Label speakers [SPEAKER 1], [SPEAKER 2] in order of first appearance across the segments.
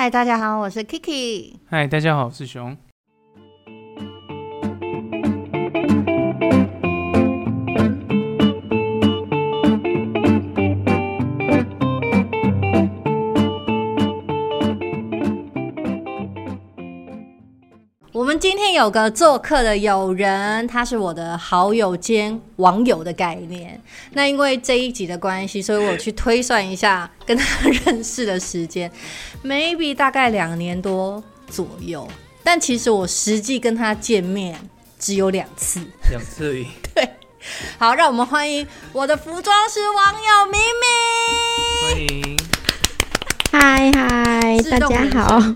[SPEAKER 1] 嗨，大家好，我是 Kiki。
[SPEAKER 2] 嗨，大家好，我是熊。
[SPEAKER 1] 我们今天有个做客的友人，他是我的好友兼网友的概念。那因为这一集的关系，所以我去推算一下跟他认识的时间，maybe 大概两年多左右。但其实我实际跟他见面只有两次。
[SPEAKER 2] 两次而已。
[SPEAKER 1] 好，让我们欢迎我的服装师网友明
[SPEAKER 3] 嗯
[SPEAKER 1] 明。
[SPEAKER 2] 欢迎。
[SPEAKER 3] 嗨嗨，
[SPEAKER 1] 自
[SPEAKER 3] 大
[SPEAKER 1] 动
[SPEAKER 3] 家
[SPEAKER 1] 人
[SPEAKER 3] 好。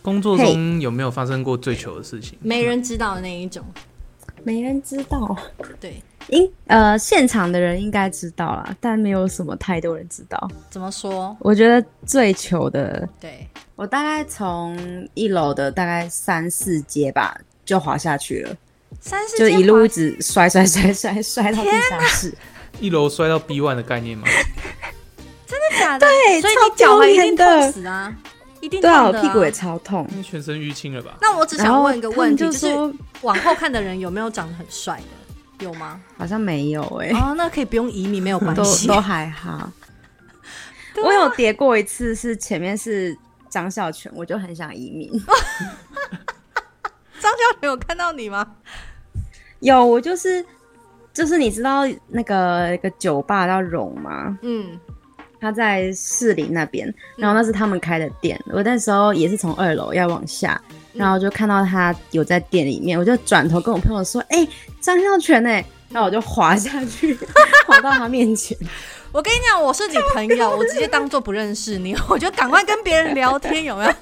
[SPEAKER 2] 工作中有没有发生过最糗的事情？
[SPEAKER 1] 没人知道的那一种，
[SPEAKER 3] 没人知道，
[SPEAKER 1] 对，
[SPEAKER 3] 应呃现场的人应该知道啦，但没有什么太多人知道。
[SPEAKER 1] 怎么说？
[SPEAKER 3] 我觉得最糗的，
[SPEAKER 1] 对，
[SPEAKER 3] 我大概从一楼的大概三四阶吧，就滑下去了，
[SPEAKER 1] 三十
[SPEAKER 3] 就
[SPEAKER 1] 间
[SPEAKER 3] 一路
[SPEAKER 1] 滑
[SPEAKER 3] 一直摔摔摔摔摔到地上室。
[SPEAKER 2] 一楼摔到 B one 的概念吗？
[SPEAKER 1] 真的假的？
[SPEAKER 3] 对
[SPEAKER 1] 所以
[SPEAKER 3] 超
[SPEAKER 1] 你脚踝一
[SPEAKER 3] 丢
[SPEAKER 1] 定
[SPEAKER 3] 脸的
[SPEAKER 1] 痛死啊，一定
[SPEAKER 3] 对
[SPEAKER 1] 痛
[SPEAKER 3] 啊，我
[SPEAKER 1] 的、
[SPEAKER 3] 屁股也。超痛。
[SPEAKER 2] 因为全身淤青了吧？
[SPEAKER 1] 那我只
[SPEAKER 3] 然
[SPEAKER 1] 想
[SPEAKER 3] 后
[SPEAKER 1] 问一个
[SPEAKER 3] 他
[SPEAKER 1] 问
[SPEAKER 3] 们
[SPEAKER 1] 题，就
[SPEAKER 3] 就是说
[SPEAKER 1] 往后看的人有没有长得很帅的？有吗？
[SPEAKER 3] 好像没有哎、嗯
[SPEAKER 1] 哦，那可以不用移民，没有关
[SPEAKER 3] 都
[SPEAKER 1] 系。啊
[SPEAKER 3] 都还好。我有叠过一次，是前面是张孝全，我就很想移民。
[SPEAKER 1] 张教练有看到你吗？
[SPEAKER 3] 嗯有，我就是就是你知道那个一个酒吧叫荣吗？
[SPEAKER 1] 嗯，
[SPEAKER 3] 它在士林那边，然后那是他们开的店。我那时候也是从二楼要往下，然后就看到他有在店里面，我就转头跟我朋友说：“哎、张孝全哎、然后我就滑下去，滑到他面前。
[SPEAKER 1] 我跟你讲，我是你朋友，我直接当做不认识你，我就赶快跟别人聊天，有没 有？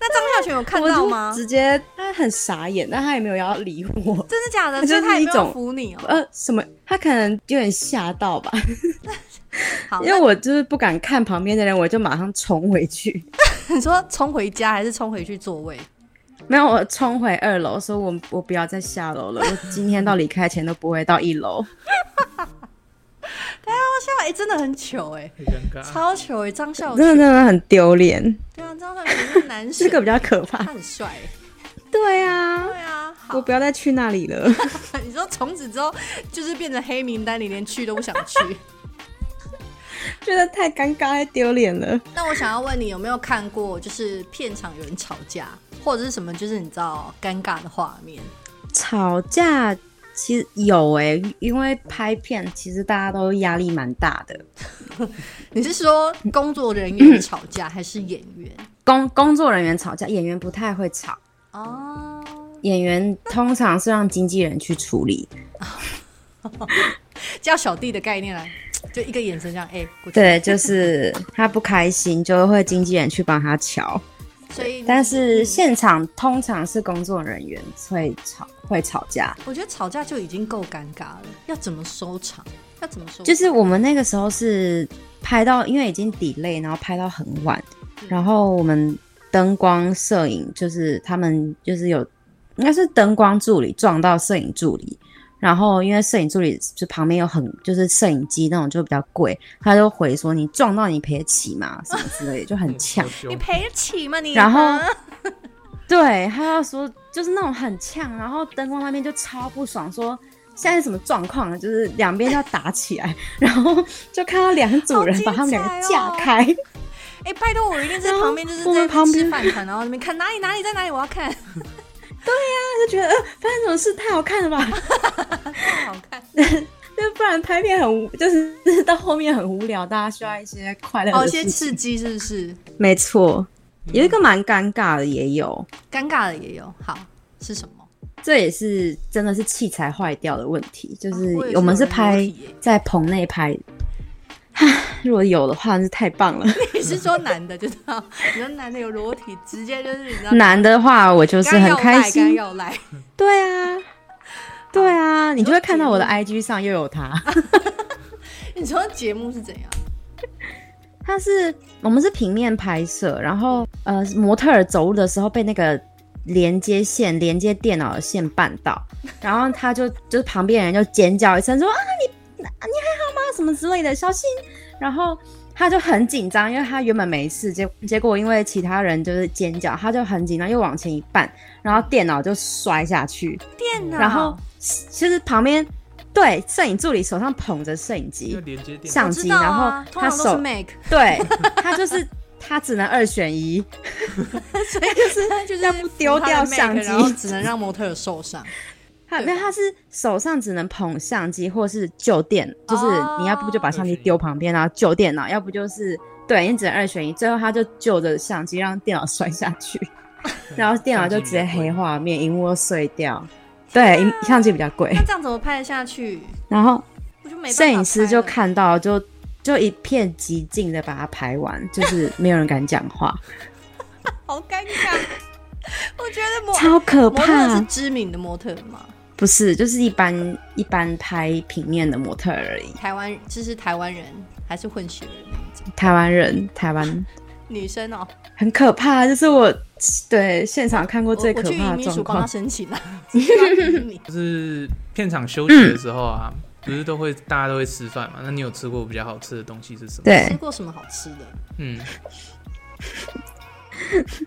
[SPEAKER 1] 那张孝全有 看
[SPEAKER 3] 我
[SPEAKER 1] 到
[SPEAKER 3] 就
[SPEAKER 1] 吗？
[SPEAKER 3] 直接他很傻眼，但他也没有要理我。
[SPEAKER 1] 真的假的？
[SPEAKER 3] 这
[SPEAKER 1] 所以
[SPEAKER 3] 就是
[SPEAKER 1] 他也
[SPEAKER 3] 一
[SPEAKER 1] 没有
[SPEAKER 3] 种
[SPEAKER 1] 扶你哦。
[SPEAKER 3] 呃，什么？他可能有点吓到吧，
[SPEAKER 1] 好，
[SPEAKER 3] 因为我就是不敢看旁边的人，我就马上冲回去。
[SPEAKER 1] 那你说冲回家还是冲回去座位？
[SPEAKER 3] 没有，我冲回二楼，说我我不要再下楼了，我今天到离开前都不会到一楼。
[SPEAKER 1] 哇，哎、真的很糗哎、
[SPEAKER 2] 很尴尬。
[SPEAKER 1] 超糗哎、张孝
[SPEAKER 3] 真的真
[SPEAKER 1] 全。
[SPEAKER 3] 的很丢脸，
[SPEAKER 1] 对啊，张孝全是男
[SPEAKER 3] 这
[SPEAKER 1] 神，
[SPEAKER 3] 个比较可
[SPEAKER 1] 他
[SPEAKER 3] 怕。
[SPEAKER 1] 很帅欸。
[SPEAKER 3] 对啊，
[SPEAKER 1] 对啊，
[SPEAKER 3] 我
[SPEAKER 1] 好，
[SPEAKER 3] 不要再去那里 了。
[SPEAKER 1] 你说从此之后就是变成黑名单，你连去都不想去。
[SPEAKER 3] 觉得太尴尬太丢脸了。
[SPEAKER 1] 那我想要问你，有没有看过就是片场有人吵架，或者是什么，就是你知道尴尬的画面？
[SPEAKER 3] 吵架其实有诶、因为拍片其实大家都压力蛮大的，
[SPEAKER 1] 你是说工作人员吵架，还是演员？
[SPEAKER 3] 工工作人员吵架，演员不太会吵，
[SPEAKER 1] 哦，
[SPEAKER 3] 演员通常是让经纪人去处理。
[SPEAKER 1] 叫小弟的概念来，就一个眼神这样，哎、过去。
[SPEAKER 3] 对，就是他不开心就会经纪人去帮他瞧。
[SPEAKER 1] 所以你
[SPEAKER 3] 但是
[SPEAKER 1] 嗯
[SPEAKER 3] 现场通常是工作人员会吵会吵架，
[SPEAKER 1] 我觉得吵架就已经够尴尬了，要怎么收场？要怎么收？
[SPEAKER 3] 就是我们那个时候是拍到，因为已经 delay，然后拍到很晚，然后我们灯光摄影就是他们就是有应该是灯光助理撞到摄影助理。然后，因为摄影助理就旁边有很就是摄影机那种就比较贵，他就回说你撞到你赔得起嘛什么之类的，就很呛
[SPEAKER 2] 好。凶
[SPEAKER 1] 你赔得起吗？你
[SPEAKER 3] 然后
[SPEAKER 1] 啊
[SPEAKER 3] 对，他要说就是那种很呛，然后灯光那边就超不爽，说现在是什么状况？啊就是两边要打起来， 然后就看到两组
[SPEAKER 1] 好
[SPEAKER 3] 人
[SPEAKER 1] 精
[SPEAKER 3] 把他们两
[SPEAKER 1] 彩
[SPEAKER 3] 个
[SPEAKER 1] 哦
[SPEAKER 3] 架开，
[SPEAKER 1] 哎、拜托，我一定在
[SPEAKER 3] 然后
[SPEAKER 1] 旁边，就是
[SPEAKER 3] 我
[SPEAKER 1] 在那边
[SPEAKER 3] 们旁
[SPEAKER 1] 吃
[SPEAKER 3] 边
[SPEAKER 1] 饭团，然后那边看哪里哪里在哪里，我要看，
[SPEAKER 3] 他就觉得呃发生什么事太好看了吧？
[SPEAKER 1] 太好看。
[SPEAKER 3] 那不然拍片很无，就是到后面很无聊，大家需要一些快乐
[SPEAKER 1] 哦，
[SPEAKER 3] 的
[SPEAKER 1] 一
[SPEAKER 3] 事
[SPEAKER 1] 些
[SPEAKER 3] 情。
[SPEAKER 1] 刺激是不是？
[SPEAKER 3] 没错，有一个蛮尴尬的也有，
[SPEAKER 1] 尴尬的也有，好是什么？
[SPEAKER 3] 这也是真的是器材坏掉的问题，就是
[SPEAKER 1] 啊我也是
[SPEAKER 3] 我们
[SPEAKER 1] 有
[SPEAKER 3] 是
[SPEAKER 1] 人裸
[SPEAKER 3] 拍
[SPEAKER 1] 体耶
[SPEAKER 3] 在棚内拍。 唉如果有的话，那是太棒了。
[SPEAKER 1] 你是说男的就知道，你说男的有裸体，直接就是你知道，
[SPEAKER 3] 男的话，我就是
[SPEAKER 1] 刚
[SPEAKER 3] 很
[SPEAKER 1] 要
[SPEAKER 3] 开
[SPEAKER 1] 来，刚
[SPEAKER 3] 心。
[SPEAKER 1] 要来，
[SPEAKER 3] 对啊，对啊，你就会看到我的
[SPEAKER 1] 你
[SPEAKER 3] IG 上又有他。
[SPEAKER 1] 你说节目是怎样？
[SPEAKER 3] 他是我们是平面拍摄，然后呃，模特儿走路的时候被那个连接线连接电脑的线绊到，然后他就就是旁边人就尖叫一声说啊你啊你还好吗什么之类的，小心。然后他就很紧张，因为他原本没事，结结果因为其他人就是尖叫，他就很紧张，又往前一绊，然后电脑就摔下去，
[SPEAKER 1] 电脑，
[SPEAKER 3] 然后其实旁边对摄影助理手上捧着摄影
[SPEAKER 2] 要
[SPEAKER 3] 机、
[SPEAKER 2] 连接电脑
[SPEAKER 3] 相
[SPEAKER 1] 我
[SPEAKER 3] 机，
[SPEAKER 1] 知道
[SPEAKER 3] 然
[SPEAKER 1] 啊
[SPEAKER 3] 后，
[SPEAKER 1] 通
[SPEAKER 3] 他
[SPEAKER 1] 常都是
[SPEAKER 3] 手
[SPEAKER 1] make，
[SPEAKER 3] 对他就是他只能二选一，
[SPEAKER 1] 所以就是就是
[SPEAKER 3] 要不丢掉相机
[SPEAKER 1] 然后只能让模特儿受 伤。
[SPEAKER 3] 他
[SPEAKER 1] 对
[SPEAKER 3] 没有，他是手上只能捧相机，或是旧电，就是
[SPEAKER 1] 哦
[SPEAKER 3] 你要不就把相机丢旁边，然后旧电脑，要不就是对，你只能二选一。最后他就就着相机让电脑摔下去，然后电脑就直接黑画面，荧幕碎掉。对，荧相机比较贵
[SPEAKER 1] 那。这样怎么拍得下去？
[SPEAKER 3] 然后
[SPEAKER 1] 我就没办法
[SPEAKER 3] 摄影师就
[SPEAKER 1] 拍了
[SPEAKER 3] 看到就，就一片寂静的把它 拍完，就是没有人敢讲话，
[SPEAKER 1] 好尴尬。 我觉得模
[SPEAKER 3] 超可
[SPEAKER 1] 模特
[SPEAKER 3] 怕
[SPEAKER 1] 是。知名的模特嘛，
[SPEAKER 3] 不是，就是一般一般拍平面的模特儿而已。
[SPEAKER 1] 台湾就是台湾人还是混血人那一种
[SPEAKER 3] 台湾人，台湾
[SPEAKER 1] 女生哦、
[SPEAKER 3] 很可怕，就是我对现场看过
[SPEAKER 1] 我
[SPEAKER 3] 最
[SPEAKER 1] 我
[SPEAKER 3] 可
[SPEAKER 1] 去
[SPEAKER 3] 怕
[SPEAKER 1] 移
[SPEAKER 3] 的
[SPEAKER 1] 民
[SPEAKER 3] 状
[SPEAKER 1] 署帮他
[SPEAKER 3] 况。
[SPEAKER 1] 申请 了，只是帮他移民
[SPEAKER 2] 就是片场休息的时候啊，不是都会大家都会吃饭嘛？那你有吃过比较好吃的东西是什
[SPEAKER 1] 吃
[SPEAKER 2] 么？，
[SPEAKER 3] 对，
[SPEAKER 1] 过什么好吃的？
[SPEAKER 2] 嗯，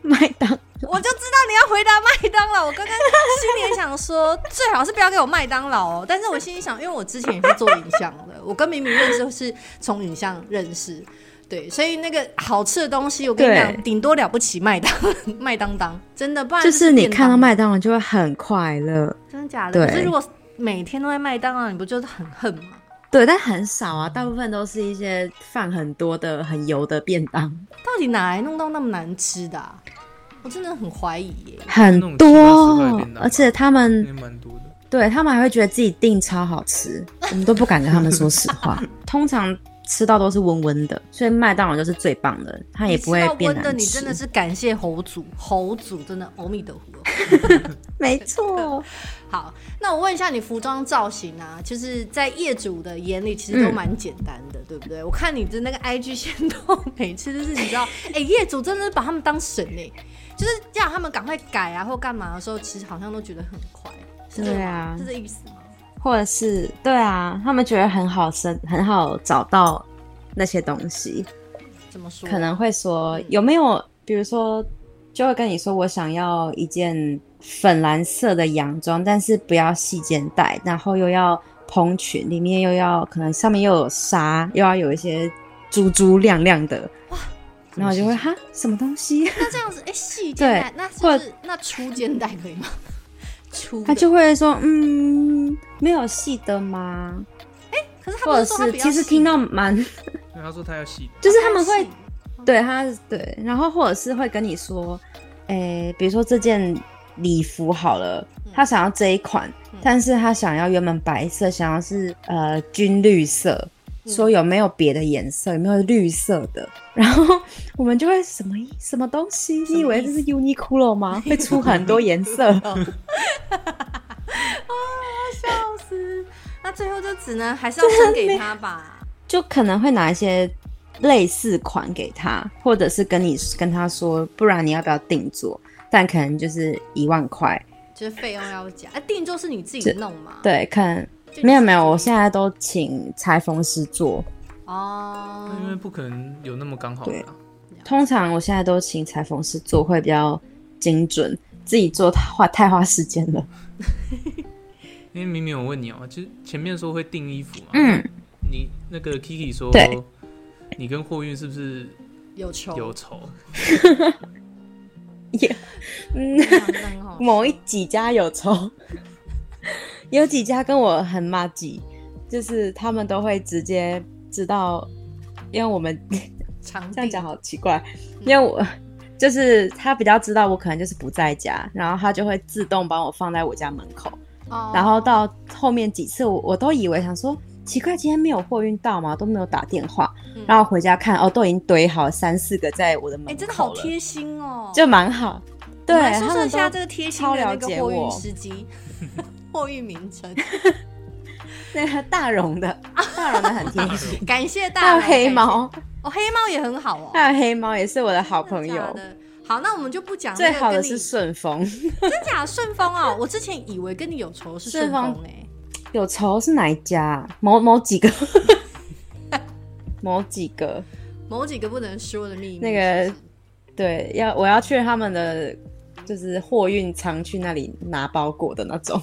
[SPEAKER 3] 麦当
[SPEAKER 1] 我就知道你要回答麦当劳。我刚刚心里也想说，最好是不要给我麦当劳哦。但是我心里想，因为我之前也是做影像的，我跟明明认识是从影像认识，对，所以那个好吃的东西，我跟你讲，
[SPEAKER 3] 对
[SPEAKER 1] 顶多了不起麦当麦当当，真的，不然
[SPEAKER 3] 就是你看到
[SPEAKER 1] 麦。
[SPEAKER 3] 麦当劳就会很快乐，
[SPEAKER 1] 真的假的？
[SPEAKER 3] 对
[SPEAKER 1] 可是如果每天都在麦当劳，你不就是很恨吗？
[SPEAKER 3] 对，但很少啊，大部分都是一些饭很多的、很油的便当，
[SPEAKER 1] 到底哪来弄到那么难吃的啊、我真的很怀疑耶。
[SPEAKER 3] 很
[SPEAKER 2] 那种70-80块的
[SPEAKER 3] 多
[SPEAKER 2] 便，当
[SPEAKER 3] 而且他们
[SPEAKER 2] 也蛮多的。
[SPEAKER 3] 对他们还会觉得自己订超好吃，我们都不敢跟他们说 实话。通常吃到都是温温的，所以麦当劳就是最棒的，它也不会
[SPEAKER 1] 你吃到
[SPEAKER 3] 变
[SPEAKER 1] 温的，
[SPEAKER 3] 难
[SPEAKER 1] 你
[SPEAKER 3] 吃
[SPEAKER 1] 真。的是感谢猴祖，猴祖真的阿弥陀佛。
[SPEAKER 3] 没错，
[SPEAKER 1] 好，那我问一下你服装造型啊，就是在业主的眼里其实都
[SPEAKER 3] 嗯
[SPEAKER 1] 蛮简单的，对不对？我看你的那个 IG 线动，每次就是你知 道，哎、业主真的是把他们当神哎、就是让他们赶快改啊或干嘛的时候，其实好像都觉得很快，是这个
[SPEAKER 3] 对
[SPEAKER 1] 吗
[SPEAKER 3] 啊
[SPEAKER 1] 是这意思吗？
[SPEAKER 3] 或者是对啊，他们觉得很好生，很好找到那些东西，
[SPEAKER 1] 怎么说？
[SPEAKER 3] 可能会说
[SPEAKER 1] 嗯
[SPEAKER 3] 有没有，比如说就会跟你说我想要一件粉蓝色的洋装，但是不要细肩带，然后又要蓬裙，里面又要可能上面又有纱，又要有一些珠珠亮亮的，然后我就会哈什么 东西，
[SPEAKER 1] 那这样子，哎、细肩带，那是
[SPEAKER 3] 或
[SPEAKER 1] 不是那粗肩带可以 吗？粗的，
[SPEAKER 3] 他就会说嗯没有细的吗？
[SPEAKER 1] 可是他不
[SPEAKER 3] 或者
[SPEAKER 1] 是说他
[SPEAKER 3] 是
[SPEAKER 1] 比较
[SPEAKER 3] 其实
[SPEAKER 1] 细
[SPEAKER 3] 听到蛮
[SPEAKER 2] 对，他说他要细，
[SPEAKER 3] 就是他们会
[SPEAKER 1] 比较细
[SPEAKER 3] 对他对，然后或者是会跟你说，诶，比如说这件礼服好了，他想要这一款，
[SPEAKER 1] 嗯
[SPEAKER 3] 但是他想要原本白色，想要是呃军绿色，
[SPEAKER 1] 嗯
[SPEAKER 3] 说有没有别的颜色，有没有绿色的，然后我们就会什么意什么东西？
[SPEAKER 1] 么，
[SPEAKER 3] 你以为这是 Uniqlo 吗？会出很多颜色
[SPEAKER 1] 笑死。那最后就只能还是要分给他吧。
[SPEAKER 3] 就可能会拿一些。类似款给他，或者是跟你跟他说，不然你要不要定做？但可能就是一万块，
[SPEAKER 1] 就是费用要加，哎、定做是你自己弄吗？
[SPEAKER 3] 对，可能
[SPEAKER 1] 对
[SPEAKER 3] 没有没有，我现在都请裁缝师做。
[SPEAKER 1] 哦，
[SPEAKER 2] 因为不可能有那么刚好的啊、
[SPEAKER 3] 通常我现在都请裁缝师做会比较精准，自己做太花太花时间了。
[SPEAKER 2] 因为明明我问你哦、就是前面说会订衣服嘛，
[SPEAKER 3] 嗯，
[SPEAKER 2] 你那个 Kiki 说
[SPEAKER 3] 对，
[SPEAKER 2] 你跟货运是不是
[SPEAKER 1] 有仇，
[SPEAKER 2] 有仇？
[SPEAKER 3] 也嗯，
[SPEAKER 1] 很好笑
[SPEAKER 3] 某一几家有仇， 有几家跟我很骂几，就是他们都会直接知道，因为我们
[SPEAKER 1] 场
[SPEAKER 3] 这样
[SPEAKER 1] 地
[SPEAKER 3] 讲好奇怪，因为我。 就是他比较知道我可能就是不在家，然后他就会自动帮我放在我家门口，
[SPEAKER 1] 哦
[SPEAKER 3] 然后到后面几次我，我都以为想说奇怪，今天没有货运到吗？都没有打电话，
[SPEAKER 1] 嗯
[SPEAKER 3] 然后回家看，哦，都已经堆好三四个在我的门
[SPEAKER 1] 哎、
[SPEAKER 3] 口
[SPEAKER 1] 真的好
[SPEAKER 3] 了
[SPEAKER 1] 贴心哦。
[SPEAKER 3] 就蛮好。
[SPEAKER 1] 我
[SPEAKER 3] 对
[SPEAKER 1] 们来，说
[SPEAKER 3] 他
[SPEAKER 1] 说一
[SPEAKER 3] 们
[SPEAKER 1] 下
[SPEAKER 3] 都
[SPEAKER 1] 这个贴心
[SPEAKER 3] 超
[SPEAKER 1] 的那
[SPEAKER 3] 了
[SPEAKER 1] 个
[SPEAKER 3] 解
[SPEAKER 1] 货运
[SPEAKER 3] 我
[SPEAKER 1] 司机， 货运名称。
[SPEAKER 3] 那个大容 的，大容的很贴心，
[SPEAKER 1] 感谢
[SPEAKER 3] 还
[SPEAKER 1] 大
[SPEAKER 3] 有
[SPEAKER 1] 人
[SPEAKER 3] 黑猫，
[SPEAKER 1] 哦，黑猫也很好哦，
[SPEAKER 3] 还有黑猫也是我的好朋
[SPEAKER 1] 真的假
[SPEAKER 3] 友。
[SPEAKER 1] 的。好，那我们就不讲
[SPEAKER 3] 最
[SPEAKER 1] 那个
[SPEAKER 3] 好的
[SPEAKER 1] 跟你
[SPEAKER 3] 是顺丰，
[SPEAKER 1] 真假顺丰哦， 我之前以为跟你有仇是顺
[SPEAKER 3] 顺丰
[SPEAKER 1] 丰哎，
[SPEAKER 3] 有仇是哪一家啊？某某几个，某几个，
[SPEAKER 1] 某几个不能说的秘密。
[SPEAKER 3] 那个，对，要我要去他们的就是货运仓去那里拿包裹的那种。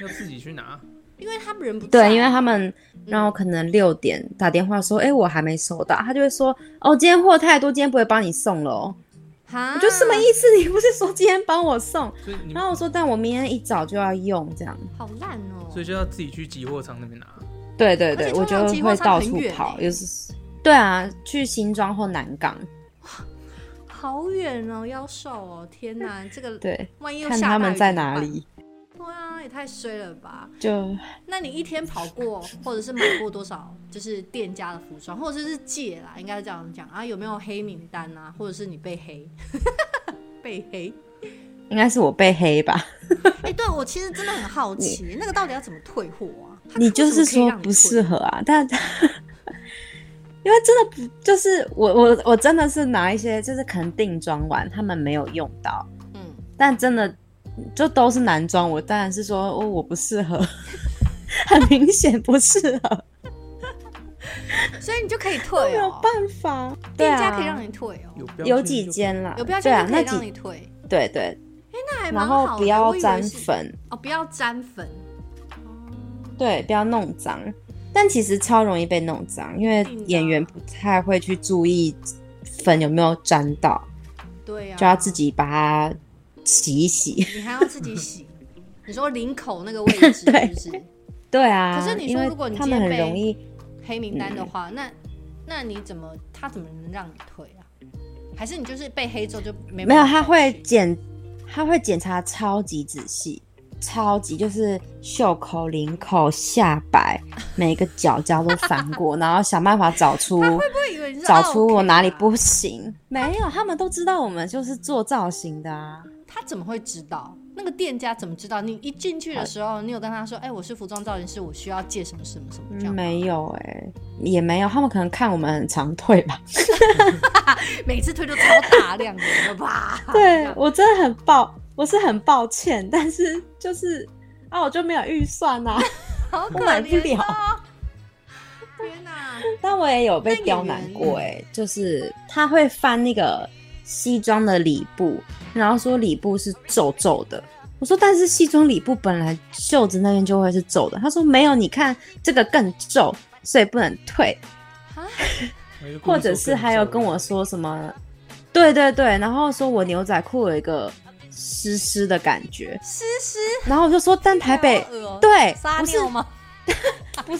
[SPEAKER 2] 要自己去拿。
[SPEAKER 1] 因为他们人不在
[SPEAKER 3] 对，因为他们然后可能六点打电话说，哎、我还没收到，他就会说，哦，今天货太多，今天不会帮你送了哦。
[SPEAKER 1] 哈，
[SPEAKER 3] 我就什么意思？你不是说今天帮我送？
[SPEAKER 2] 所以你
[SPEAKER 3] 然后我说，但我明天一早就要用，这样。
[SPEAKER 1] 好烂哦、
[SPEAKER 2] 所以就要自己去集货仓那边拿。
[SPEAKER 3] 对对
[SPEAKER 1] 而且
[SPEAKER 3] 对，
[SPEAKER 1] 通
[SPEAKER 3] 我就
[SPEAKER 1] 常集货
[SPEAKER 3] 会
[SPEAKER 1] 仓
[SPEAKER 3] 到
[SPEAKER 1] 很
[SPEAKER 3] 处
[SPEAKER 1] 远
[SPEAKER 3] 跑，
[SPEAKER 1] 欸
[SPEAKER 3] 有时对啊，去新庄或南港，
[SPEAKER 1] 好远哦、妖兽哦、天 哪，这个
[SPEAKER 3] 对，
[SPEAKER 1] 万一又
[SPEAKER 3] 看
[SPEAKER 1] 下
[SPEAKER 3] 他
[SPEAKER 1] 大
[SPEAKER 3] 们
[SPEAKER 1] 雨
[SPEAKER 3] 在
[SPEAKER 1] 怎么
[SPEAKER 3] 哪
[SPEAKER 1] 办？
[SPEAKER 3] 里，
[SPEAKER 1] 对啊，也太衰了吧！
[SPEAKER 3] 就
[SPEAKER 1] 那你一天跑过，或者是买过多少，就是店家的服装，或者是借啦，应该是这样讲啊？有没有黑名单啊？或者是你被黑？ 被黑？
[SPEAKER 3] 应该是我被黑吧？
[SPEAKER 1] 哎、对我其实真的很好奇，那个到底要怎么退货啊？他
[SPEAKER 3] 你
[SPEAKER 1] 为什
[SPEAKER 3] 就
[SPEAKER 1] 么
[SPEAKER 3] 是
[SPEAKER 1] 可以
[SPEAKER 3] 说
[SPEAKER 1] 让你
[SPEAKER 3] 不
[SPEAKER 1] 退
[SPEAKER 3] 适合啊，但因为真的不就是我我我真的是拿一些就是可能定妆完他们没有用到，
[SPEAKER 1] 嗯，
[SPEAKER 3] 但真的就都是男装，我当然是说哦我不适合， 很明显不适合，
[SPEAKER 1] 所以你就可以退
[SPEAKER 3] 没有
[SPEAKER 1] 哦、
[SPEAKER 3] 办法，对
[SPEAKER 1] 店
[SPEAKER 3] 啊，
[SPEAKER 1] 家可以让你退哦、
[SPEAKER 2] 有标
[SPEAKER 3] 有
[SPEAKER 2] 签
[SPEAKER 3] 几
[SPEAKER 2] 就
[SPEAKER 3] 间啦，
[SPEAKER 1] 有标
[SPEAKER 3] 对啊
[SPEAKER 1] 签，就可
[SPEAKER 3] 那
[SPEAKER 1] 以让你
[SPEAKER 3] 几
[SPEAKER 1] 退，
[SPEAKER 3] 对对，
[SPEAKER 1] 那还蛮
[SPEAKER 3] 然
[SPEAKER 1] 好的。
[SPEAKER 3] 后不要
[SPEAKER 1] 我以为
[SPEAKER 3] 沾
[SPEAKER 1] 是
[SPEAKER 3] 粉，
[SPEAKER 1] 哦，不要沾粉。
[SPEAKER 3] 对，不要弄脏。但其实超容易被弄脏，因为
[SPEAKER 1] 定的啊
[SPEAKER 3] 演员不太会去注意粉有没有沾到，
[SPEAKER 1] 对呀、啊，
[SPEAKER 3] 就要自。己把它洗一洗。
[SPEAKER 1] 你还要自己洗。你说领口那个位置是不是
[SPEAKER 3] 对啊，
[SPEAKER 1] 可是你说
[SPEAKER 3] 因为
[SPEAKER 1] 如果你
[SPEAKER 3] 他
[SPEAKER 1] 今
[SPEAKER 3] 们
[SPEAKER 1] 天
[SPEAKER 3] 很
[SPEAKER 1] 被
[SPEAKER 3] 容易，
[SPEAKER 1] 黑名单的话，那那你怎么他怎么能让你退啊？还是你就是被黑之后就没
[SPEAKER 3] 没有
[SPEAKER 1] 办法再
[SPEAKER 3] 他会
[SPEAKER 1] 去
[SPEAKER 3] 检，他会检查超级仔细，超级就是袖口、领口、下摆每个角角都翻 过，然后想办法找出
[SPEAKER 1] 不会以为你是
[SPEAKER 3] 找出
[SPEAKER 1] OK
[SPEAKER 3] 我哪里
[SPEAKER 1] 啊
[SPEAKER 3] 不行。没有，他们都知道我们就是做造型的啊。
[SPEAKER 1] 他怎么会知道？那个店家怎么知道？你一进去的时候，你有跟他说：“哎、我是服装造型师，我需要借什么什么什么这样。”
[SPEAKER 3] 没有哎、也没有，他们可能看我们很常退吧。
[SPEAKER 1] 每次退都超大量的，有没有 吧？这
[SPEAKER 3] 对
[SPEAKER 1] 样
[SPEAKER 3] 我真的很抱，我是很抱歉，但是就是啊，我就没有预算啊呐、
[SPEAKER 1] 好可
[SPEAKER 3] 我买不
[SPEAKER 1] 怜
[SPEAKER 3] 了
[SPEAKER 1] 哦！天哪！
[SPEAKER 3] 但我也有被刁难过哎、就是他会翻那个西装的里布，然后说里布是皱皱的。我说，但是西装里布本来袖子那边就会是皱的。他说没有，你看这个更皱，所以不能退。
[SPEAKER 1] 啊，
[SPEAKER 2] 每个故事
[SPEAKER 3] 或者
[SPEAKER 2] 都
[SPEAKER 3] 是
[SPEAKER 2] 跟
[SPEAKER 3] 还有
[SPEAKER 2] 走
[SPEAKER 3] 跟
[SPEAKER 2] 的
[SPEAKER 3] 我说什么，对对对，然后说我牛仔裤有一个湿湿的感觉，
[SPEAKER 1] 诗诗，
[SPEAKER 3] 然后我就说，但台北
[SPEAKER 1] 好恶哦
[SPEAKER 3] 对
[SPEAKER 1] 撒
[SPEAKER 3] 不是
[SPEAKER 1] 尿吗？
[SPEAKER 3] 不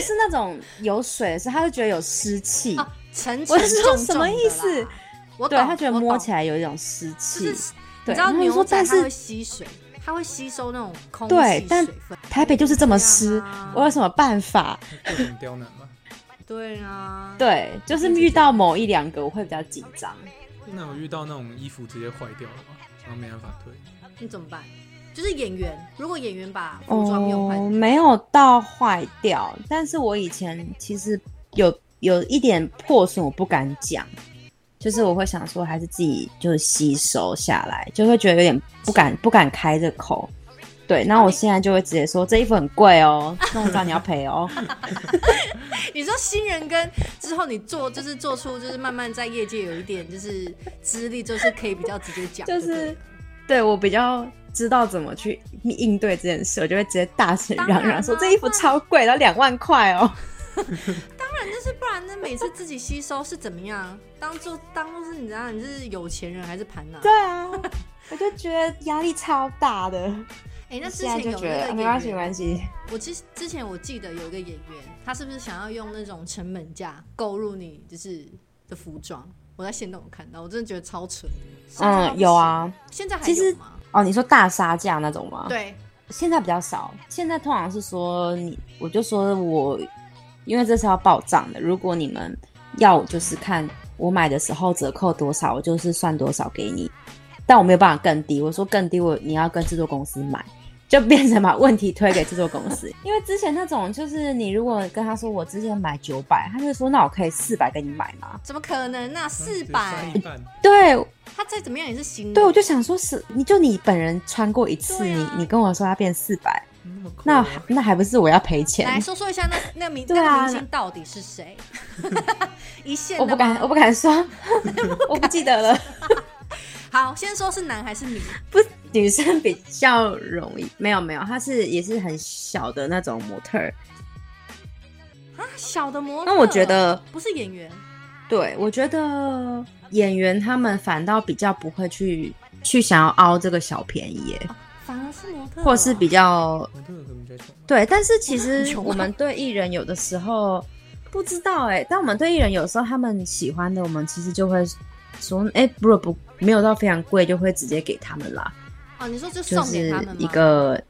[SPEAKER 3] 是那种有水，是他就觉得有湿气，
[SPEAKER 1] 啊，沉沉
[SPEAKER 3] 我是说
[SPEAKER 1] 重
[SPEAKER 3] 什么
[SPEAKER 1] 重的
[SPEAKER 3] 意思
[SPEAKER 1] 啦？我
[SPEAKER 3] 对
[SPEAKER 1] 懂
[SPEAKER 3] 他觉得摸起
[SPEAKER 1] 来，
[SPEAKER 3] 来有一种湿
[SPEAKER 1] 就
[SPEAKER 3] 气
[SPEAKER 1] 是，你
[SPEAKER 3] 对，
[SPEAKER 1] 知道
[SPEAKER 3] 然后我
[SPEAKER 1] 牛
[SPEAKER 3] 说
[SPEAKER 1] 仔
[SPEAKER 3] 但
[SPEAKER 1] 它
[SPEAKER 3] 是
[SPEAKER 1] 会吸水，它会吸收那种空气
[SPEAKER 3] 对但
[SPEAKER 1] 水分
[SPEAKER 3] 台北就是这么湿
[SPEAKER 1] 对啊，
[SPEAKER 3] 我有什么办法？
[SPEAKER 2] 各种刁难嘛。
[SPEAKER 1] 对啊，
[SPEAKER 3] 对，就是遇到某一两个我会比较紧张，
[SPEAKER 2] 那我遇到那种衣服直接坏掉了嘛，然后没办法退，
[SPEAKER 1] 你怎么办？就是演员，如果演员把服装用坏
[SPEAKER 3] 哦，，没有到坏掉，但是我以前其实有有一点破损，我不敢讲，就是我会想说还是自己就吸收下来，就会觉得有点不敢不敢开这 口。对，那我现在就会直接说这衣服很贵哦，弄脏你要赔哦。
[SPEAKER 1] 你说新人跟之后你做就是做出就是慢慢在业界有一点就是资历，就是可以比较直接讲，对
[SPEAKER 3] 就
[SPEAKER 1] 不
[SPEAKER 3] 是
[SPEAKER 1] 对
[SPEAKER 3] 对我比较知道怎么去应对这件事，我就会直接大声
[SPEAKER 1] 当
[SPEAKER 3] 嚷
[SPEAKER 1] 然
[SPEAKER 3] 嚷说
[SPEAKER 1] 啦
[SPEAKER 3] 这衣服超贵，要两万块哦。
[SPEAKER 1] 就是不然那每次自己吸收是怎么样？当做当做是你知道你是有钱人还是盘呐、啊？
[SPEAKER 3] 对啊，我就觉得压力超大的。
[SPEAKER 1] 哎、那之
[SPEAKER 3] 现在
[SPEAKER 1] 前
[SPEAKER 3] 就
[SPEAKER 1] 有
[SPEAKER 3] 觉
[SPEAKER 1] 那
[SPEAKER 3] 得
[SPEAKER 1] 个
[SPEAKER 3] 没关系，
[SPEAKER 1] 演
[SPEAKER 3] 没
[SPEAKER 1] 员，
[SPEAKER 3] 关系。
[SPEAKER 1] 我之之前我记得有一个演员，他是不是想要用那种成本价购入你就是的服装？我在现动有看到，我真的觉得超蠢的。甚至到不
[SPEAKER 3] 嗯，有啊。
[SPEAKER 1] 行，现在还
[SPEAKER 3] 其实
[SPEAKER 1] 有吗？
[SPEAKER 3] 哦，你说大杀价那种吗？，
[SPEAKER 1] 对，
[SPEAKER 3] 现在比较少。现在通常是说你，我就说我，因为这是要报账的。如果你们要，我就是看我买的时候折扣多少，我就是算多少给你。但我没有办法更低，我说更低我，你要跟制作公司买，就变成把问题推给制作公司。因为之前那种就是你如果跟他说我之前买九百，他就说那我可以四百给你买吗？
[SPEAKER 1] 怎么可能那四
[SPEAKER 2] 啊
[SPEAKER 1] 百
[SPEAKER 2] 直接塞一，半
[SPEAKER 3] 对，
[SPEAKER 1] 他再怎么样也是行的。
[SPEAKER 3] 对，我就想说是，你就你本人穿过一次，
[SPEAKER 1] 嗯对啊啊
[SPEAKER 3] 你你跟我说它变四百，
[SPEAKER 2] 那么酷
[SPEAKER 3] 那
[SPEAKER 2] 哦，
[SPEAKER 3] 那还不是我要赔钱？
[SPEAKER 1] 来说说一下那那明
[SPEAKER 3] 对
[SPEAKER 1] 那
[SPEAKER 3] 啊
[SPEAKER 1] 个明星到底是谁？ 一线
[SPEAKER 3] 我
[SPEAKER 1] 的
[SPEAKER 3] 不敢，
[SPEAKER 1] 吗
[SPEAKER 3] 我不敢说， 我不记得了。
[SPEAKER 1] 好，先说是男还是女？
[SPEAKER 3] 女生比较容易，没有没有，她是也是很小的那种模特儿。
[SPEAKER 1] 啊，小的哦模特。
[SPEAKER 3] 那我觉得，
[SPEAKER 1] 不是演员，
[SPEAKER 3] 对我觉得演员他们反倒比较不会去去想要凹这个小便宜耶，
[SPEAKER 1] 反而是模特，
[SPEAKER 3] 或是比较
[SPEAKER 2] 我真的怎么在想
[SPEAKER 3] 对，但是其
[SPEAKER 1] 很
[SPEAKER 3] 实
[SPEAKER 1] 穷啊
[SPEAKER 3] 我们对艺人有的时候不知道哎、但我们对艺人有时候他们喜欢的，我们其实就会说，哎、如果不没有到非常贵，就会直接给他们啦，
[SPEAKER 1] 哦，你说就
[SPEAKER 3] 就
[SPEAKER 1] 送给
[SPEAKER 3] 是
[SPEAKER 1] 他们吗
[SPEAKER 3] 一个，